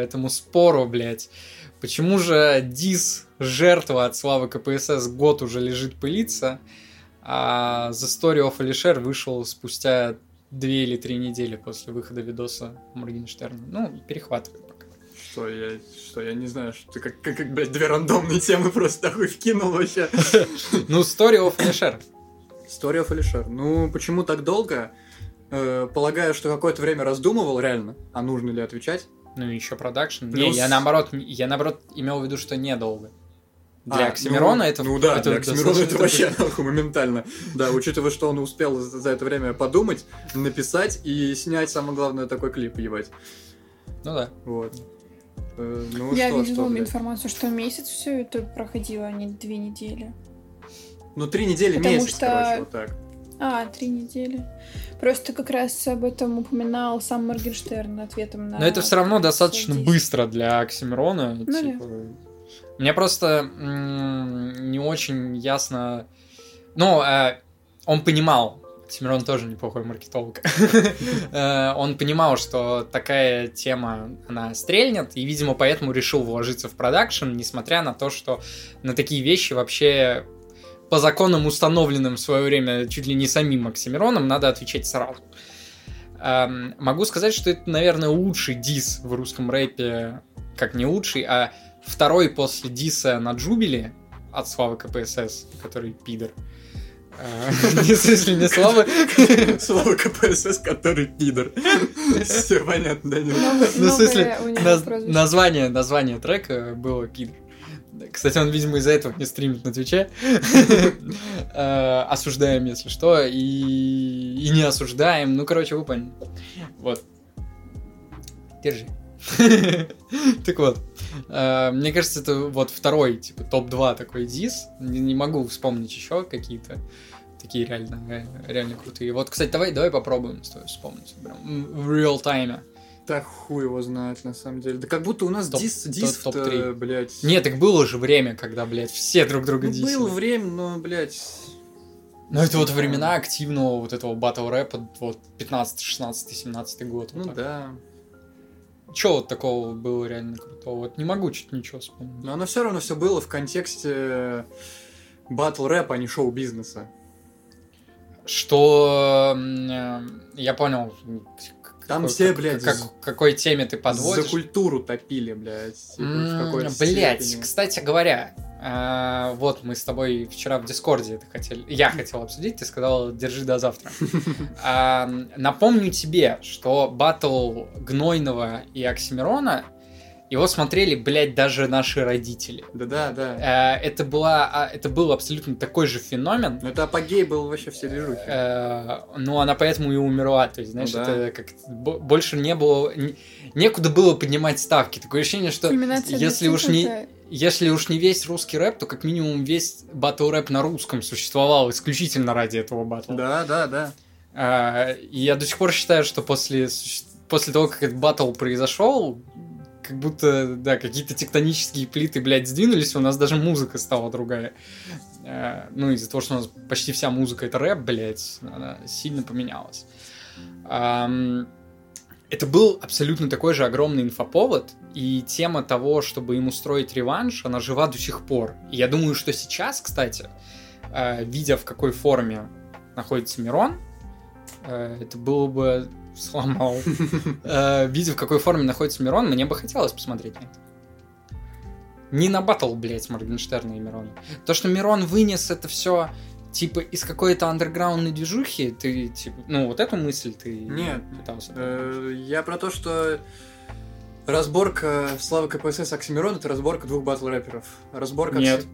Speaker 1: этому спору, блядь. Почему же Дис, жертва от славы КПСС, год уже лежит пылиться, а The Story of Alisher вышел спустя две или три недели после выхода видоса Моргенштерна. Ну, перехватываю пока.
Speaker 2: Что я, что я не знаю, что ты как, как, как, блядь, две рандомные темы просто нахуй вкинул вообще.
Speaker 1: Ну, Story of Alisher.
Speaker 2: Story of Alisher. Ну, почему так долго? Э, полагаю, что какое-то время раздумывал реально, а нужно ли отвечать.
Speaker 1: Ну, еще продакшн. Не,
Speaker 2: Плюс-
Speaker 1: я наоборот, не- я наоборот имел в виду, что недолго. Для
Speaker 2: А,
Speaker 1: Оксимирона
Speaker 2: ну,
Speaker 1: это...
Speaker 2: Ну да,
Speaker 1: это
Speaker 2: для Оксимирона
Speaker 1: достаточно
Speaker 2: это вообще нахуй моментально. Да, учитывая, что он успел за за это время подумать, написать и снять, самое главное, такой клип, ебать.
Speaker 1: Ну да.
Speaker 2: Вот. Э, ну
Speaker 3: я
Speaker 2: что,
Speaker 3: видела
Speaker 2: что, блядь.
Speaker 3: информацию, что месяц все это проходило, а не две недели.
Speaker 2: Ну, три недели,
Speaker 3: Потому
Speaker 2: месяц,
Speaker 3: что-
Speaker 2: короче, вот так.
Speaker 3: А, три недели. Просто как раз об этом упоминал сам Моргенштерн ответом на...
Speaker 1: Но это все равно достаточно
Speaker 3: Садись.
Speaker 1: быстро для Оксимирона.
Speaker 3: да.
Speaker 1: типа. Мне просто м, не очень ясно. Ну, э, он понимал. Оксимирон тоже неплохой маркетолог. Э, Он понимал, что такая тема, она стрельнет, и, видимо, поэтому решил вложиться в продакшн, несмотря на то, что на такие вещи вообще по законам, установленным в свое время чуть ли не самим Оксимироном, надо отвечать сразу. Эм, могу сказать, что это, наверное, лучший дис в русском рэпе, как не лучший, а второй после диса на Джубили от Славы КПСС, который пидор. Э, не в смысле, не Славы.
Speaker 2: Слово КПСС, который пидор. Все понятно, Данил.
Speaker 1: Ну, в смысле,
Speaker 3: у него
Speaker 1: наз-
Speaker 3: прозвище.
Speaker 1: название, название трека было пидор. Да, Кстати, он, видимо, из-за этого не стримит на Твиче. Э, Осуждаем, если что, и и не осуждаем. Ну, короче, вы поняли. Вот. Держи. Так вот, э, мне кажется, это вот второй, типа, топ-2 такой дис. Не не могу вспомнить еще какие-то такие реально, э, реально крутые. Вот, кстати, давай, давай попробуем с тобой вспомнить. Прям в реал тайме.
Speaker 2: Да хуй его знает, на самом деле. Да как будто у нас
Speaker 1: Топ-
Speaker 2: дис,
Speaker 1: то-
Speaker 2: диск,
Speaker 1: топ-три.
Speaker 2: блядь.
Speaker 1: Нет, так было же время, когда, блядь, все друг друга
Speaker 2: Ну,
Speaker 1: дисели.
Speaker 2: было время, но, блядь...
Speaker 1: Ну, это вот времена активного вот этого батл рэпа, вот 15, 16, 17 год.
Speaker 2: Ну
Speaker 1: Вот
Speaker 2: да.
Speaker 1: Че вот такого было реально крутого? Вот не могу чуть ничего вспомнить.
Speaker 2: Но оно все равно все было в контексте батл рэпа, а не шоу-бизнеса.
Speaker 1: Что м, э, я понял. к-
Speaker 2: Там
Speaker 1: какой-
Speaker 2: все,
Speaker 1: как-
Speaker 2: блядь,
Speaker 1: как-
Speaker 2: з-
Speaker 1: какой теме ты подводишь?
Speaker 2: За культуру топили, блядь. типа, в какой-то
Speaker 1: Блять,
Speaker 2: степени.
Speaker 1: кстати говоря, а, вот мы с тобой вчера в Дискорде это хотели, я хотел обсудить, ты сказал, держи до завтра. А, Напомню тебе, что батл Гнойного и Оксимирона, его смотрели, блядь, даже наши родители.
Speaker 2: Да-да, да.
Speaker 1: Э, Это, была, а, это был абсолютно такой же феномен,
Speaker 2: Ну это апогей был вообще все движухи.
Speaker 1: Э, Ну, она поэтому и умерла. То есть, знаешь,
Speaker 2: Ну да.
Speaker 1: это как бо- больше не было. н- Некуда было поднимать ставки. Такое ощущение, что
Speaker 3: Кульминация
Speaker 1: если
Speaker 3: для
Speaker 1: уж
Speaker 3: всех
Speaker 1: не.
Speaker 3: это-
Speaker 1: Если уж не весь русский рэп, то как минимум весь батл рэп на русском существовал исключительно ради этого батла.
Speaker 2: Да-да-да.
Speaker 1: А, и я до сих пор считаю, что после, суще- после того, как этот батл произошел, как будто, да, какие-то тектонические плиты, блядь, сдвинулись, у нас даже музыка стала другая. А, ну, из-за того, что у нас почти вся музыка это рэп, блядь, она сильно поменялась. Ам, это был абсолютно такой же огромный инфоповод, и тема того, чтобы им устроить реванш, она жива до сих пор. И я думаю, что сейчас, кстати, э, видя в какой форме находится Мирон, э, это было бы сломал. Э, Видя в какой форме находится Мирон, мне бы хотелось посмотреть на это. Не на батл, блядь, Моргенштерна и Мирона. То, что Мирон вынес это все типа из какой-то андерграундной движухи, ты типа, ну вот эту мысль ты
Speaker 2: Нет.
Speaker 1: пытался.
Speaker 2: Э, Я про то, что разборка Славы КПСС Оксимирон это разборка двух батл рэперов. Разборка... Окси-
Speaker 1: Нет.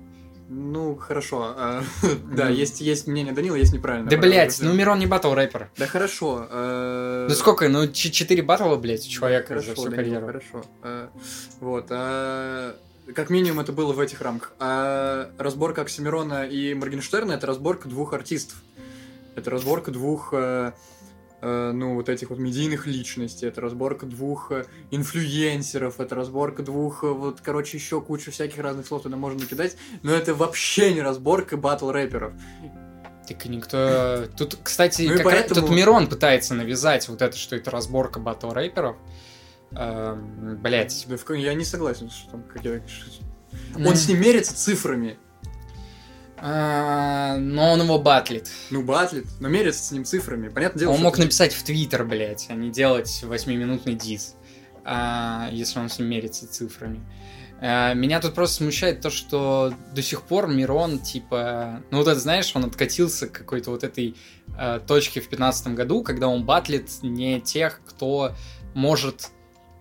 Speaker 2: Ну, хорошо. э, Да,
Speaker 1: Ну.
Speaker 2: есть есть мнение Данила, есть неправильно.
Speaker 1: Да, блядь,
Speaker 2: блять,
Speaker 1: ну Мирон не батл рэпер.
Speaker 2: Да хорошо. э,
Speaker 1: Ну сколько, ну ч- четыре батла, блядь, у человека
Speaker 2: хорошо,
Speaker 1: за всю
Speaker 2: Данила,
Speaker 1: карьеру.
Speaker 2: Хорошо. Э, Вот. а, Как минимум это было в этих рамках. А разборка Оксимирона и Моргенштерна это разборка двух артистов. Это разборка двух э, э, ну, вот этих вот медийных личностей, это разборка двух э, инфлюенсеров, это разборка двух, э, вот, короче, еще куча всяких разных слов туда можно накидать, но это вообще не разборка батл рэперов.
Speaker 1: Так и никто... Тут, кстати,
Speaker 2: Ну и
Speaker 1: как раз-
Speaker 2: поэтому-
Speaker 1: тут Мирон пытается навязать вот это, что это разборка батл рэперов. Эм, блядь.
Speaker 2: Да в ко- Я не согласен, что там какие-то... ш-
Speaker 1: М.
Speaker 2: Он с ним мерится цифрами.
Speaker 1: А, Но он его батлит.
Speaker 2: Ну, батлит, но мерится с ним цифрами. Понятное дело,
Speaker 1: он
Speaker 2: что
Speaker 1: мог
Speaker 2: это-
Speaker 1: написать в Твиттер, блядь, а не делать восьмиминутный диз, а, если он с ним мерится цифрами. А, Меня тут просто смущает то, что до сих пор Мирон, типа... Ну вот это, знаешь, он откатился к какой-то вот этой э, точке в пятнадцатом году, когда он батлит не тех, кто может,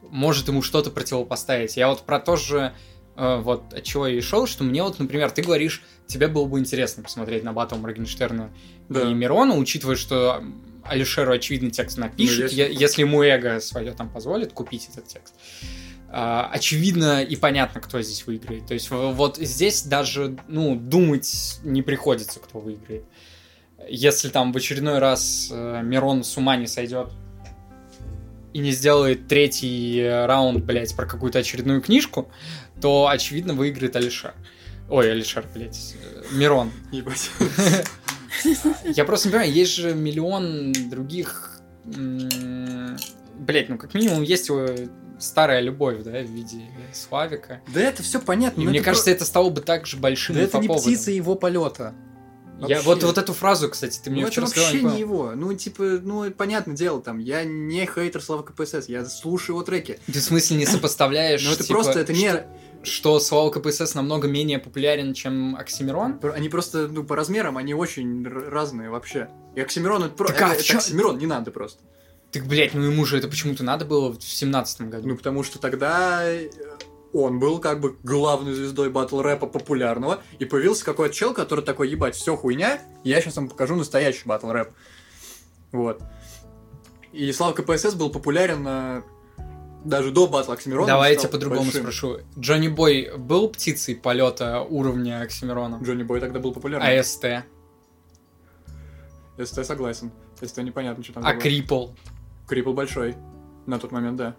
Speaker 1: может ему что-то противопоставить. Я вот про то же, э, вот от чего я и шел, что мне вот, например, ты говоришь, тебе было бы интересно посмотреть на батл Моргенштерна
Speaker 2: Да.
Speaker 1: и Мирона, учитывая, что Алишеру, очевидно, текст напишет,
Speaker 2: Ну,
Speaker 1: если...
Speaker 2: если-
Speaker 1: если ему эго свое там позволит купить этот текст. А, Очевидно и понятно, кто здесь выиграет. То есть в- вот здесь даже, ну, думать не приходится, кто выиграет. Если там в очередной раз э, Мирон с ума не сойдет и не сделает третий э, раунд, блядь, про какую-то очередную книжку, то, очевидно, выиграет Алишер. Ой, Алишер, блядь, э, Мирон.
Speaker 2: Ебать.
Speaker 1: Я просто не понимаю, есть же миллион других... м, Блять, ну как минимум есть его старая любовь, да, в виде Славика.
Speaker 2: Да это все
Speaker 1: И
Speaker 2: понятно. но
Speaker 1: мне
Speaker 2: Ну, это
Speaker 1: кажется, это стало бы так же
Speaker 2: про-
Speaker 1: большим
Speaker 2: да это не
Speaker 1: инфоповодом.
Speaker 2: птица его полета.
Speaker 1: Я,
Speaker 2: Вообще.
Speaker 1: вот, вот эту фразу, кстати, ты мне
Speaker 2: Ну, это
Speaker 1: вчера сказал.
Speaker 2: вообще не его. Ну, типа, ну, и понятное дело, там, я не хейтер Слава КПСС, я слушаю его треки.
Speaker 1: Ты в смысле не сопоставляешь,
Speaker 2: Но Ну, это
Speaker 1: типа,
Speaker 2: просто, это не...
Speaker 1: что, что Слава КПСС намного менее популярен, чем Оксимирон?
Speaker 2: Они просто, ну, по размерам, они очень р- разные вообще. И Оксимирон, это просто...
Speaker 1: Так, а в
Speaker 2: это, это
Speaker 1: чё-
Speaker 2: Оксимирон, не надо просто.
Speaker 1: Так, блять, ну ему же это почему-то надо было в семнадцатом году.
Speaker 2: Ну, потому что тогда э, он был как бы главной звездой батл рэпа популярного, и появился какой-то чел, который такой, ебать, все хуйня, я сейчас вам покажу настоящий батл рэп. Вот. И Слава КПСС был популярен э, даже до батла Оксимирона. он
Speaker 1: Давай я тебя
Speaker 2: стал
Speaker 1: по-другому
Speaker 2: большим.
Speaker 1: спрошу. Джонни Бой был птицей полета уровня Оксимирона?
Speaker 2: Джонни Бой тогда был популярным.
Speaker 1: А СТ?
Speaker 2: СТ согласен. СТ непонятно, что там
Speaker 1: А
Speaker 2: было.
Speaker 1: Крипл?
Speaker 2: Крипл большой. На тот момент, да.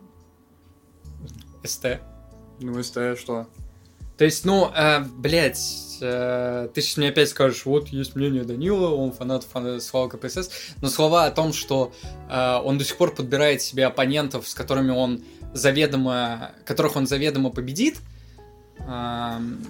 Speaker 1: СТ.
Speaker 2: Ну, СТ, что?
Speaker 1: То есть, ну, э, блядь, э, ты сейчас мне опять скажешь, вот есть мнение Данила, он фанат, фанат слова КПСС, но слова о том, что э, он до сих пор подбирает себе оппонентов, с которыми он заведомо, которых он заведомо победит, эм,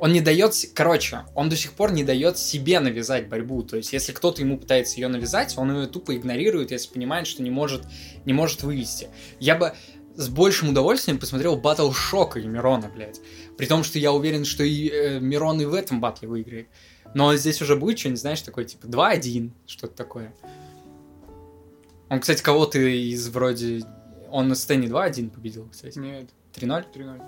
Speaker 1: он не дает, с- короче, он до сих пор не дает себе навязать борьбу. То есть, если кто-то ему пытается ее навязать, он ее тупо игнорирует, если понимает, что не может, не может вывести. Я бы с большим удовольствием посмотрел батл Шока и Мирона, блядь. При том, что я уверен, что и э, Мирон и в этом батле выиграет. Но здесь уже будет что-нибудь, знаешь, такое типа 2-1, что-то такое. Он, кстати, кого-то из вроде... Он на сцене 2-1 победил, кстати.
Speaker 2: Нет,
Speaker 1: 3-0?
Speaker 2: 3-0.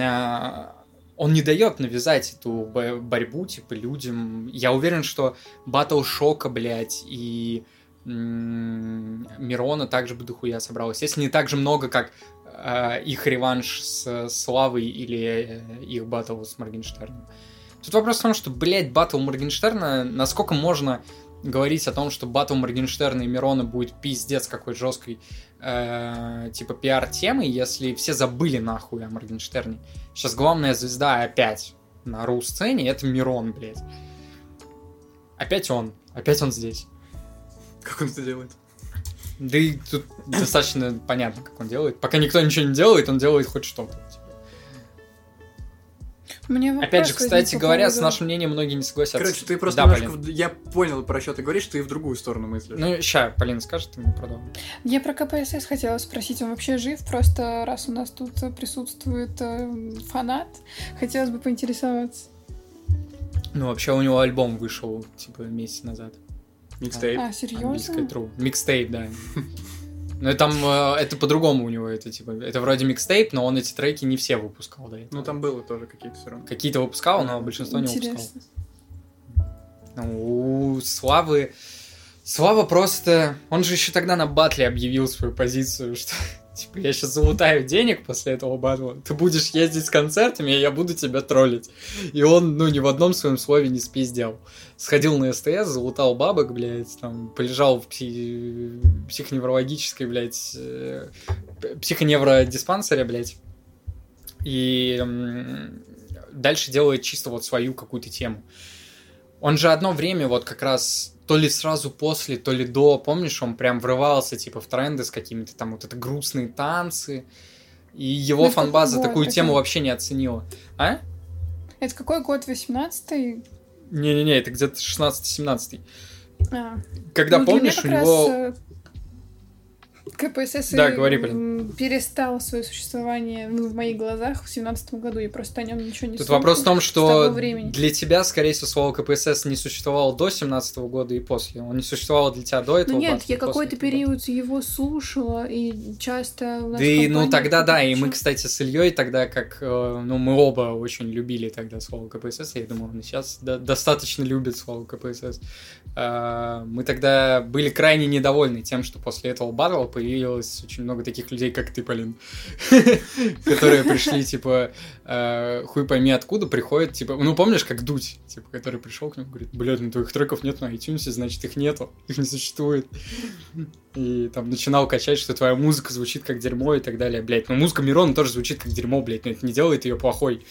Speaker 1: а, он не дает навязать эту бо- борьбу, типа, людям. Я уверен, что Батл Шока, блядь, и м, Мирона также бы дохуя собралось. Если не так же много, как э, их реванш с Славой или э, их батл с Моргенштерном. Тут вопрос в том, что, блядь, батл Моргенштерна, насколько можно говорить о том, что батл Моргенштерна и Мирона будет пиздец какой жесткой э, типа пиар-темой, если все забыли нахуй о Моргенштерне. Сейчас главная звезда опять на ру-сцене, это Мирон, блядь. Опять он, опять он здесь.
Speaker 2: Как он это делает?
Speaker 1: Да и тут достаточно понятно, как он делает. Пока никто ничего не делает, он делает хоть что-то. типа.
Speaker 3: Мне вопрос
Speaker 1: Опять же,
Speaker 3: возник
Speaker 1: кстати
Speaker 3: Ну, по
Speaker 1: говоря, с
Speaker 3: поводу-
Speaker 1: нашим мнением многие не согласятся.
Speaker 2: Короче, ты просто
Speaker 1: Да,
Speaker 2: немножко...
Speaker 1: Полин.
Speaker 2: в- Я понял про что ты говоришь, ты в другую сторону мыслишь.
Speaker 1: Ну, ща, Полин скажет, и мы продолжим.
Speaker 3: Я про КПСС хотела спросить, он вообще жив? Просто раз у нас тут э, присутствует э, фанат, хотелось бы поинтересоваться.
Speaker 1: Ну, вообще, у него альбом вышел, типа, месяц назад. Э,
Speaker 2: Микстейп.
Speaker 3: А,
Speaker 1: Английская
Speaker 3: серьезно?
Speaker 1: тру. Микстейп, да. Ну, и там э, это по-другому у него, это типа, это вроде микстейп, но он эти треки не все выпускал, да.
Speaker 2: Ну, там было тоже какие-то все равно.
Speaker 1: Какие-то выпускал, но большинство не выпускал.
Speaker 3: Интересно.
Speaker 1: Ну, у Славы... Слава просто... Он же еще тогда на батле объявил свою позицию, что типа я сейчас залутаю денег после этого батла, ты будешь ездить с концертами, и я буду тебя троллить. И он, ну, ни в одном своем слове не спиздел. Сходил на СТС, залутал бабок, блядь, там, полежал в пси- психоневрологической, блядь, э, п- психоневродиспансере, блядь. И м, дальше делает чисто вот свою какую-то тему. Он же одно время вот как раз то ли сразу после, то ли до, помнишь, он прям врывался типа в тренды с какими-то там вот это грустные танцы. И его
Speaker 3: Ну, это
Speaker 1: фанбаза
Speaker 3: какой год?
Speaker 1: такую тему
Speaker 3: Это-
Speaker 1: вообще не оценила. А?
Speaker 3: Это какой год? 18-й?
Speaker 1: Не-не-не, это где-то 16-17.
Speaker 3: А,
Speaker 1: Когда
Speaker 3: ну, для меня
Speaker 1: помнишь,
Speaker 3: как
Speaker 1: у
Speaker 3: раз,
Speaker 1: него...
Speaker 3: э, КПСС
Speaker 1: Да,
Speaker 3: и,
Speaker 1: говори,
Speaker 3: м,
Speaker 1: блин.
Speaker 3: перестал свое существование ну, в моих глазах в семнадцатом году. Я просто о нем ничего не
Speaker 1: Тут
Speaker 3: слышала.
Speaker 1: вопрос в том,
Speaker 3: того
Speaker 1: что
Speaker 3: времени.
Speaker 1: для тебя, скорее всего, слово КПСС не существовало до 17 года и после. Он не существовал для тебя до этого.
Speaker 3: Ну нет,
Speaker 1: батла, после
Speaker 3: я какой-то
Speaker 1: этого батла.
Speaker 3: период его слушала, и часто у нас
Speaker 1: Да и,
Speaker 3: в
Speaker 1: ну
Speaker 3: компании
Speaker 1: тогда да, и
Speaker 3: это
Speaker 1: мы,
Speaker 3: вообще-
Speaker 1: кстати, с Ильей тогда как, э, ну мы оба очень любили тогда слово КПСС, я думаю, он и сейчас до- достаточно любит слово КПСС. Э, мы тогда были крайне недовольны тем, что после этого батла появилось очень много таких людей, как ты, Полин, которые пришли, типа, э, хуй пойми откуда, приходят, типа, ну помнишь, как Дудь, типа, который пришел к нему, говорит, блядь, ну твоих треков нет на iTunes, значит их нету, их не существует и там начинал качать, что твоя музыка звучит как дерьмо и так далее, блядь. Ну, музыка Мирона тоже звучит как дерьмо, блядь, но это не делает ее плохой.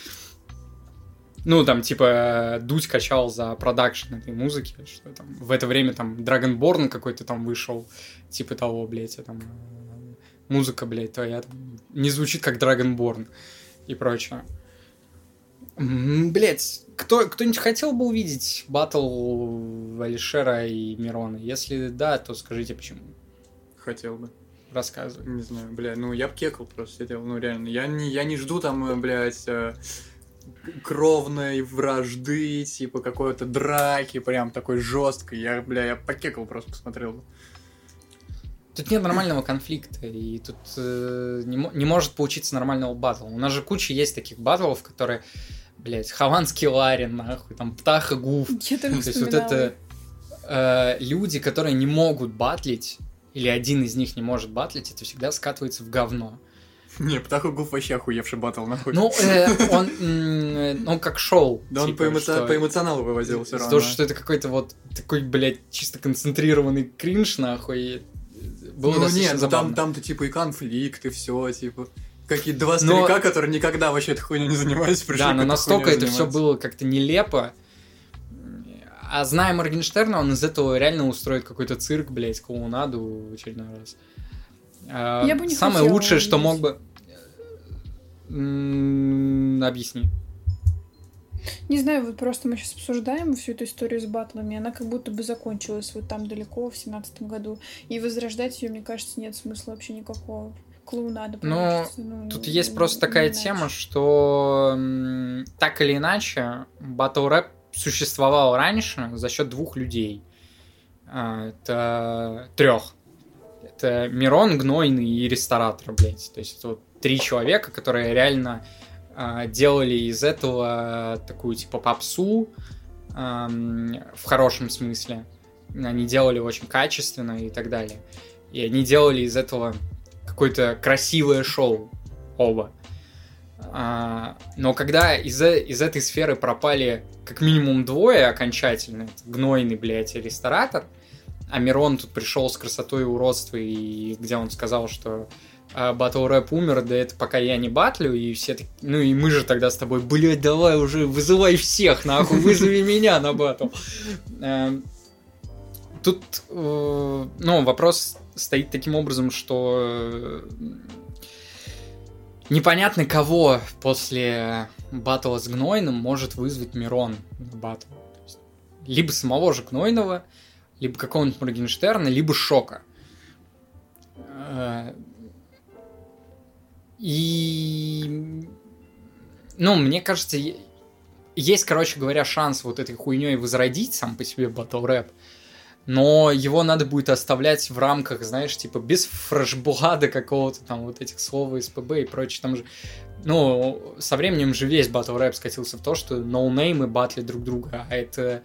Speaker 1: Ну, там, типа, Дудь качал за продакшн этой музыки, что там в это время там Dragonborn какой-то там вышел, типа того, блядь, а там э, музыка, блядь, твоя там не звучит как Dragonborn и прочее. М, Блядь, кто, кто-нибудь хотел бы увидеть батл Алишера и Мирона? Если да, то скажите почему
Speaker 2: Хотел бы.
Speaker 1: рассказывай.
Speaker 2: Не знаю, бля, ну я б кекал просто сидел, ну реально. Я не, я не жду там, э, блядь, э, к- кровной вражды, типа какой-то драки, прям такой жесткой. Я, бля, я покекал просто посмотрел бы.
Speaker 1: Тут нет нормального конфликта, и тут э, не, мо- не может получиться нормального батла. У нас же куча есть таких батлов, которые, блядь, Хованский Ларин, нахуй, там Птаха Гуф.
Speaker 3: Я
Speaker 1: То
Speaker 3: только
Speaker 1: есть вот
Speaker 3: вспоминала.
Speaker 1: это э, люди, которые не могут батлить, или один из них не может батлить, это всегда скатывается в говно.
Speaker 2: Не, Птаху Гуф вообще охуевший батл, нахуй.
Speaker 1: Ну, э, он, м, э, ну, как шоу.
Speaker 2: да он
Speaker 1: типа,
Speaker 2: по, эмоци-
Speaker 1: что-
Speaker 2: по эмоционалу вывозил все
Speaker 1: То,
Speaker 2: равно.
Speaker 1: что это какой-то вот такой, блядь, чисто концентрированный кринж, нахуй. было
Speaker 2: ну
Speaker 1: достаточно
Speaker 2: нет, ну
Speaker 1: забавно.
Speaker 2: там, там-то типа и конфликт, и все, типа. Какие два
Speaker 1: Но-
Speaker 2: старика, которые никогда вообще этой хуйней не занимались, пришли
Speaker 1: Да,
Speaker 2: к
Speaker 1: но
Speaker 2: этой
Speaker 1: настолько
Speaker 2: хуйне
Speaker 1: это все
Speaker 2: заниматься.
Speaker 1: было как-то нелепо. А зная Моргенштерна, он из этого реально устроит какой-то цирк, блядь, клоунаду в очередной раз. А,
Speaker 3: Я бы не
Speaker 1: Самое
Speaker 3: хотела
Speaker 1: лучшее, что
Speaker 3: видеть.
Speaker 1: мог бы... М, Объясни.
Speaker 3: Не знаю, вот просто мы сейчас обсуждаем всю эту историю с батлами. Она как будто бы закончилась вот там далеко, в семнадцатом году. И возрождать ее, мне кажется, нет смысла вообще никакого. Клоунада.
Speaker 1: Ну,
Speaker 3: получится, ну,
Speaker 1: Тут есть
Speaker 3: не-
Speaker 1: просто
Speaker 3: не
Speaker 1: такая
Speaker 3: иначе.
Speaker 1: тема, что м, так или иначе батл рэп существовал раньше за счет двух людей. А, Это трех. Это Мирон, Гнойный и Ресторатор, блядь. То есть это вот три человека, которые реально а, делали из этого такую типа попсу ам, в хорошем смысле. Они делали очень качественно и так далее. И они делали из этого какое-то красивое шоу оба. А, но когда из, э- из этой сферы пропали как минимум двое окончательно, это гнойный, блядь, и ресторатор, а Мирон тут пришел с красотой и уродства, и где он сказал, что а, батл рэп умер, да это пока я не батлю, и все так... Ну и мы же тогда с тобой, блядь, давай уже вызывай всех, нахуй, вызови меня на батл. Эм, Тут, э, ну, вопрос стоит таким образом, что э, непонятно, кого после батла с Гнойным может вызвать Мирон на батл. То есть Либо самого же Гнойного, либо какого-нибудь Моргенштерна, либо Шока. Э, И... Ну, мне кажется, е- есть, короче говоря, шанс вот этой хуйней возродить сам по себе батл рэп. Но его надо будет оставлять в рамках, знаешь, типа без фрешбугада какого-то там вот этих слов СПБ и прочее. Там же, ну, со временем же весь батл рэп скатился в то, что ноунеймы батли друг друга, а это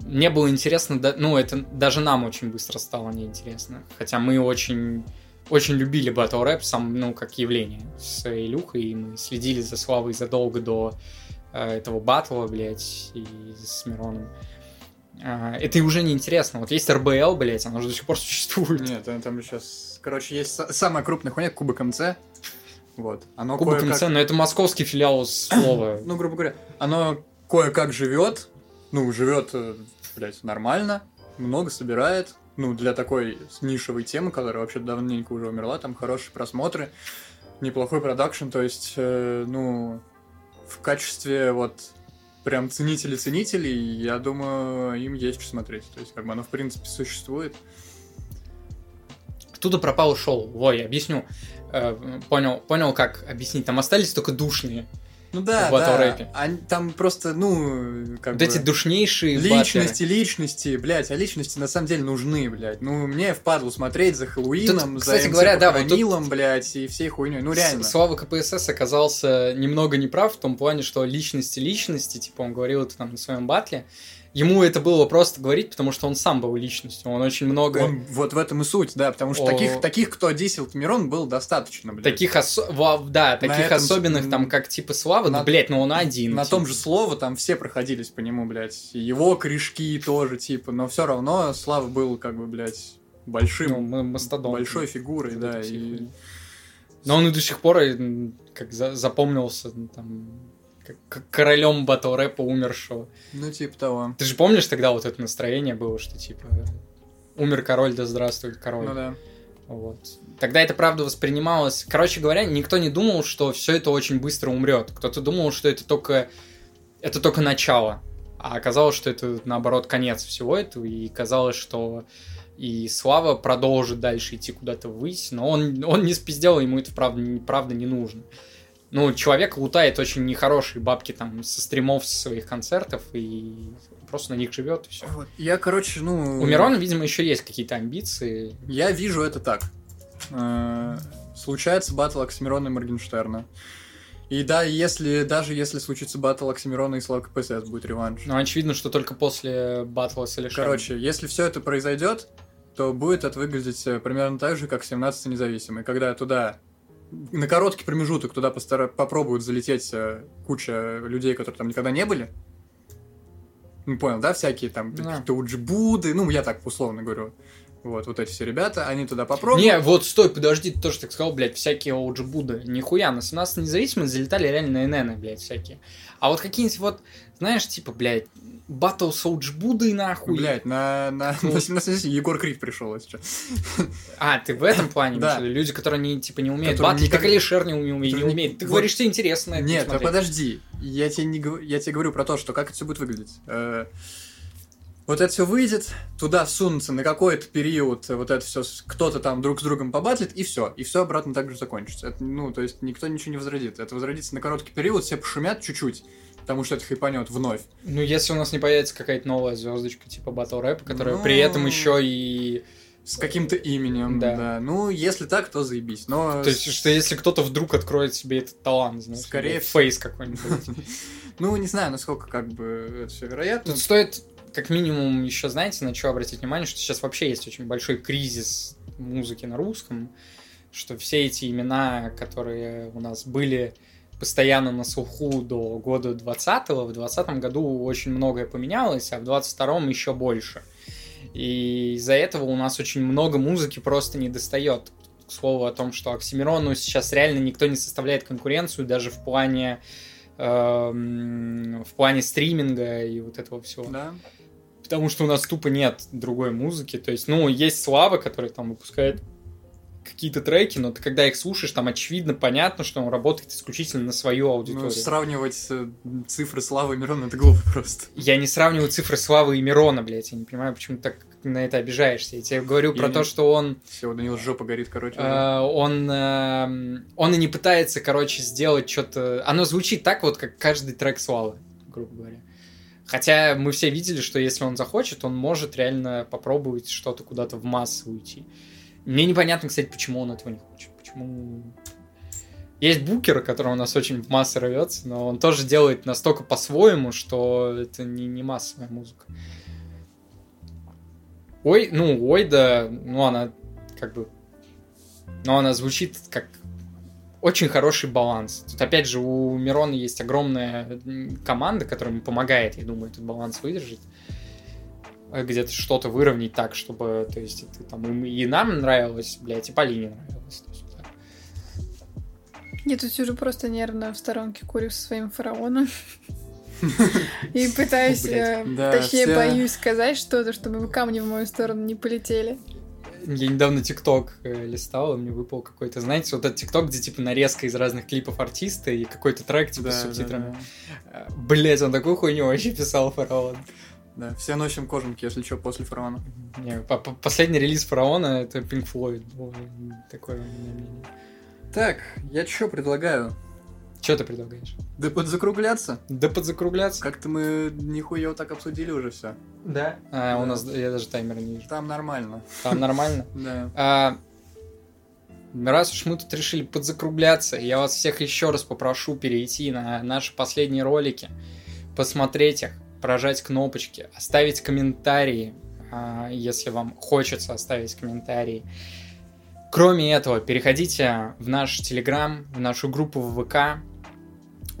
Speaker 1: не было интересно, да- ну, это даже нам очень быстро стало неинтересно. Хотя мы очень, очень любили батл рэп сам, ну, как явление с Илюхой, и мы следили за славой задолго до э, этого батла, блядь, и с Мироном. А, это и уже неинтересно. Вот есть РБЛ, блядь, оно же до сих пор существует.
Speaker 2: Нет, там- там сейчас. Короче, есть са- самая крупная хуйня Кубок МЦ. Вот. Оно
Speaker 1: Кубок
Speaker 2: кое-как-
Speaker 1: МЦ, но это московский филиал слова.
Speaker 2: Ну, грубо говоря, оно кое-как живет. Ну, живет, блядь, нормально. Много собирает. Ну, для такой нишевой темы, которая вообще давненько уже умерла, там хорошие просмотры, неплохой продакшн, то есть, э, ну, в качестве вот прям ценителей-ценителей, я думаю, им есть что смотреть. То есть, как бы оно, в принципе, существует.
Speaker 1: Оттуда пропало шоу. Во, я объясню. Э, понял, понял, как объяснить. Там остались только душные.
Speaker 2: Ну да,
Speaker 1: В батл
Speaker 2: да.
Speaker 1: рэпе.
Speaker 2: Они- там просто, ну, как
Speaker 1: вот
Speaker 2: бы...
Speaker 1: эти душнейшие
Speaker 2: Личности, личности, блядь, а личности на самом деле нужны, блядь. Ну, мне впадло смотреть за Хэллоуином,
Speaker 1: Тут,
Speaker 2: за
Speaker 1: кстати
Speaker 2: MC
Speaker 1: говоря, да, вот тут-
Speaker 2: Похоронилом, блядь, и всей хуйней. Ну,
Speaker 1: С-
Speaker 2: реально.
Speaker 1: Слава КПСС оказался немного неправ в том плане, что личности личности, типа он говорил это там на своем батле, ему это было просто говорить, потому что он сам был личностью. Он очень много
Speaker 2: Он- вот в этом и суть, да, потому что
Speaker 1: О.
Speaker 2: таких, таких, кто дисел Мирон, было достаточно, блядь.
Speaker 1: таких осо- во- да, таких
Speaker 2: этом с-
Speaker 1: особенных там, как типа Слава,
Speaker 2: на-
Speaker 1: ну блять, ну он один.
Speaker 2: На
Speaker 1: типа.
Speaker 2: том же слово там все проходились по нему, блядь. И Его корешки тоже, типа, но все равно Слава был, как бы, блядь, большим,
Speaker 1: Ну, м- мастодонт.
Speaker 2: большой фигурой,
Speaker 1: Вот
Speaker 2: да,
Speaker 1: этой всей
Speaker 2: и
Speaker 1: хуйни. Но он и до сих пор э, как за- запомнился ну, там как- как королем батл рэпа умершего.
Speaker 2: ну, типа того.
Speaker 1: Ты же помнишь тогда вот это настроение было, что типа умер король, да здравствует король.
Speaker 2: Ну да.
Speaker 1: Вот. Тогда это правда воспринималось. Короче говоря, никто не думал, что все это очень быстро умрет. Кто-то думал, что это только это только начало. А оказалось, что это наоборот конец всего этого. И казалось, что и Слава продолжит дальше идти куда-то ввысь, но он, он не спиздел, ему это правда, не- правда не нужно. Ну, человек лутает очень нехорошие бабки там со стримов, со своих концертов, и просто на них живет, и все.
Speaker 2: Вот. Я, короче, ну...
Speaker 1: У Мирона, видимо, еще есть какие-то амбиции.
Speaker 2: Я вижу это так. Э, Случается батл Оксимирона и Моргенштерна. И да, если, даже если случится батл Оксимирона и Слава КПСС, будет реванш.
Speaker 1: Но очевидно, что только после батла с Алишером.
Speaker 2: Короче, если все это произойдет, то будет это выглядеть э, примерно так же, как 17 независимый. Когда туда на короткий промежуток туда постара- попробуют залететь э, куча людей, которые там никогда не были. Ну, понял, да, всякие там
Speaker 1: Да.
Speaker 2: какие-то уджибуды, ну, я так условно говорю. Вот, вот эти все ребята, они туда попробовали.
Speaker 1: Не, вот стой, подожди, ты тоже так сказал, блядь, всякие OG Будды. Нихуя, на 17 независимость залетали реально НН, блядь, всякие. А вот какие-нибудь вот, знаешь, типа, блядь, батл с OG Буддой нахуй.
Speaker 2: Блять, на, на,
Speaker 1: Ну.
Speaker 2: на 17 Егор Крив пришел вот сейчас.
Speaker 1: А, ты в этом плане,
Speaker 2: Да.
Speaker 1: да. люди, которые не, типа, не умеют
Speaker 2: Которые
Speaker 1: батлить,
Speaker 2: никогда-
Speaker 1: как Алишер не уме- умеет, не
Speaker 2: Которые не-
Speaker 1: умеет. Ты
Speaker 2: вот-
Speaker 1: говоришь, что интересно это
Speaker 2: Нет, а
Speaker 1: смотреть.
Speaker 2: подожди. Я тебе, не, гов- я тебе говорю про то, что как это все будет выглядеть. Э, Вот это все выйдет, туда сунутся на какой-то период, э, вот это все кто-то там друг с другом побатлит, и все. И все обратно так же закончится. Это, ну, то есть никто ничего не возродит. Это возродится на короткий период, все пошумят чуть-чуть, потому что это хайпанет вновь.
Speaker 1: Ну, если у нас не появится какая-то новая звездочка, типа батл рэпа, которая
Speaker 2: Ну.
Speaker 1: при этом еще и...
Speaker 2: С каким-то именем, да.
Speaker 1: Да.
Speaker 2: Ну, если так, то заебись. Но
Speaker 1: То есть, что если кто-то вдруг откроет себе этот талант, знаешь,
Speaker 2: Скорее
Speaker 1: блядь,
Speaker 2: всего.
Speaker 1: фейс какой-нибудь.
Speaker 2: Ну, не знаю, насколько как бы это все вероятно.
Speaker 1: Тут стоит, как минимум, еще, знаете, на что обратить внимание, что сейчас вообще есть очень большой кризис музыки на русском, что все эти имена, которые у нас были постоянно на слуху до года 20 в 20 году очень многое поменялось, а в 22-м еще больше. И из-за этого у нас очень много музыки просто не достает. К слову о том, что Оксимирону сейчас реально никто не составляет конкуренцию даже в плане эм, в плане стриминга и вот этого всего.
Speaker 2: Да.
Speaker 1: Потому что у нас тупо нет другой музыки. То есть, ну, есть Слава, который там выпускает какие-то треки, но ты когда их слушаешь, там очевидно, понятно, что он работает исключительно на свою аудиторию.
Speaker 2: Ну, сравнивать э, цифры Славы и Мирона это глупо просто.
Speaker 1: Я не сравниваю цифры Славы и Мирона, блядь. Я не понимаю, почему ты так на это обижаешься. Я тебе говорю
Speaker 2: Я
Speaker 1: про
Speaker 2: не-
Speaker 1: то, что он,
Speaker 2: Все, у Данила жопа горит, короче.
Speaker 1: э, он, эм, он и не пытается, короче, сделать что-то... Оно звучит так вот, как каждый трек Славы, грубо говоря. Хотя мы все видели, что если он захочет, он может реально попробовать что-то куда-то в массу уйти. Мне непонятно, кстати, почему он этого не хочет. Почему... Есть букер, который у нас очень в массы рвется, но он тоже делает настолько по-своему, что это не, не массовая музыка. Ой, ну, ой, да, ну, она как бы... Но она звучит как очень хороший баланс. Тут, опять же, у Мирона есть огромная м, команда, которая ему помогает, я думаю, этот баланс выдержит. Э, Где-то что-то выровнять так, чтобы, то есть, это там и и нам нравилось, блядь, и Полине нравилось. То есть, вот так.
Speaker 3: Я тут сижу просто нервно в сторонке курю со своим фараоном. И пытаюсь, э,
Speaker 2: Блядь, да,
Speaker 3: точнее,
Speaker 2: вся-
Speaker 3: боюсь сказать что-то, чтобы камни в мою сторону не полетели.
Speaker 1: Я недавно ТикТок э, листал, и мне выпал какой-то, знаете, вот этот ТикТок, где типа нарезка из разных клипов артиста и какой-то трек типа с
Speaker 2: Да,
Speaker 1: субтитрами.
Speaker 2: да,
Speaker 1: Э, Блять, он такую хуйню вообще писал фараон.
Speaker 2: да. Да, все носим кожанки, если что, после фараона.
Speaker 1: Не, по- по- последний релиз фараона это Pink Floyd. Ой, Такое у меня мнение.
Speaker 2: Так, я что предлагаю?
Speaker 1: Че ты предлагаешь?
Speaker 2: Да подзакругляться?
Speaker 1: Да подзакругляться.
Speaker 2: Как-то мы нихуя так обсудили уже все.
Speaker 1: Да.
Speaker 2: Да.
Speaker 1: А, у нас я даже таймер не вижу.
Speaker 2: Там нормально.
Speaker 1: Там нормально.
Speaker 2: Да.
Speaker 1: А, раз уж мы тут решили подзакругляться, я вас всех еще раз попрошу перейти на наши последние ролики, посмотреть их, прожать кнопочки, оставить комментарии, а, если вам хочется оставить комментарии. Кроме этого, переходите в наш Телеграм, в нашу группу в ВК.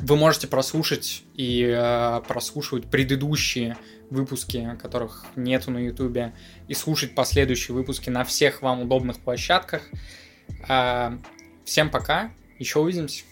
Speaker 1: Вы можете прослушать и э, прослушивать предыдущие выпуски, которых нету на Ютубе и слушать последующие выпуски на всех вам удобных площадках. А, Всем пока, еще увидимся.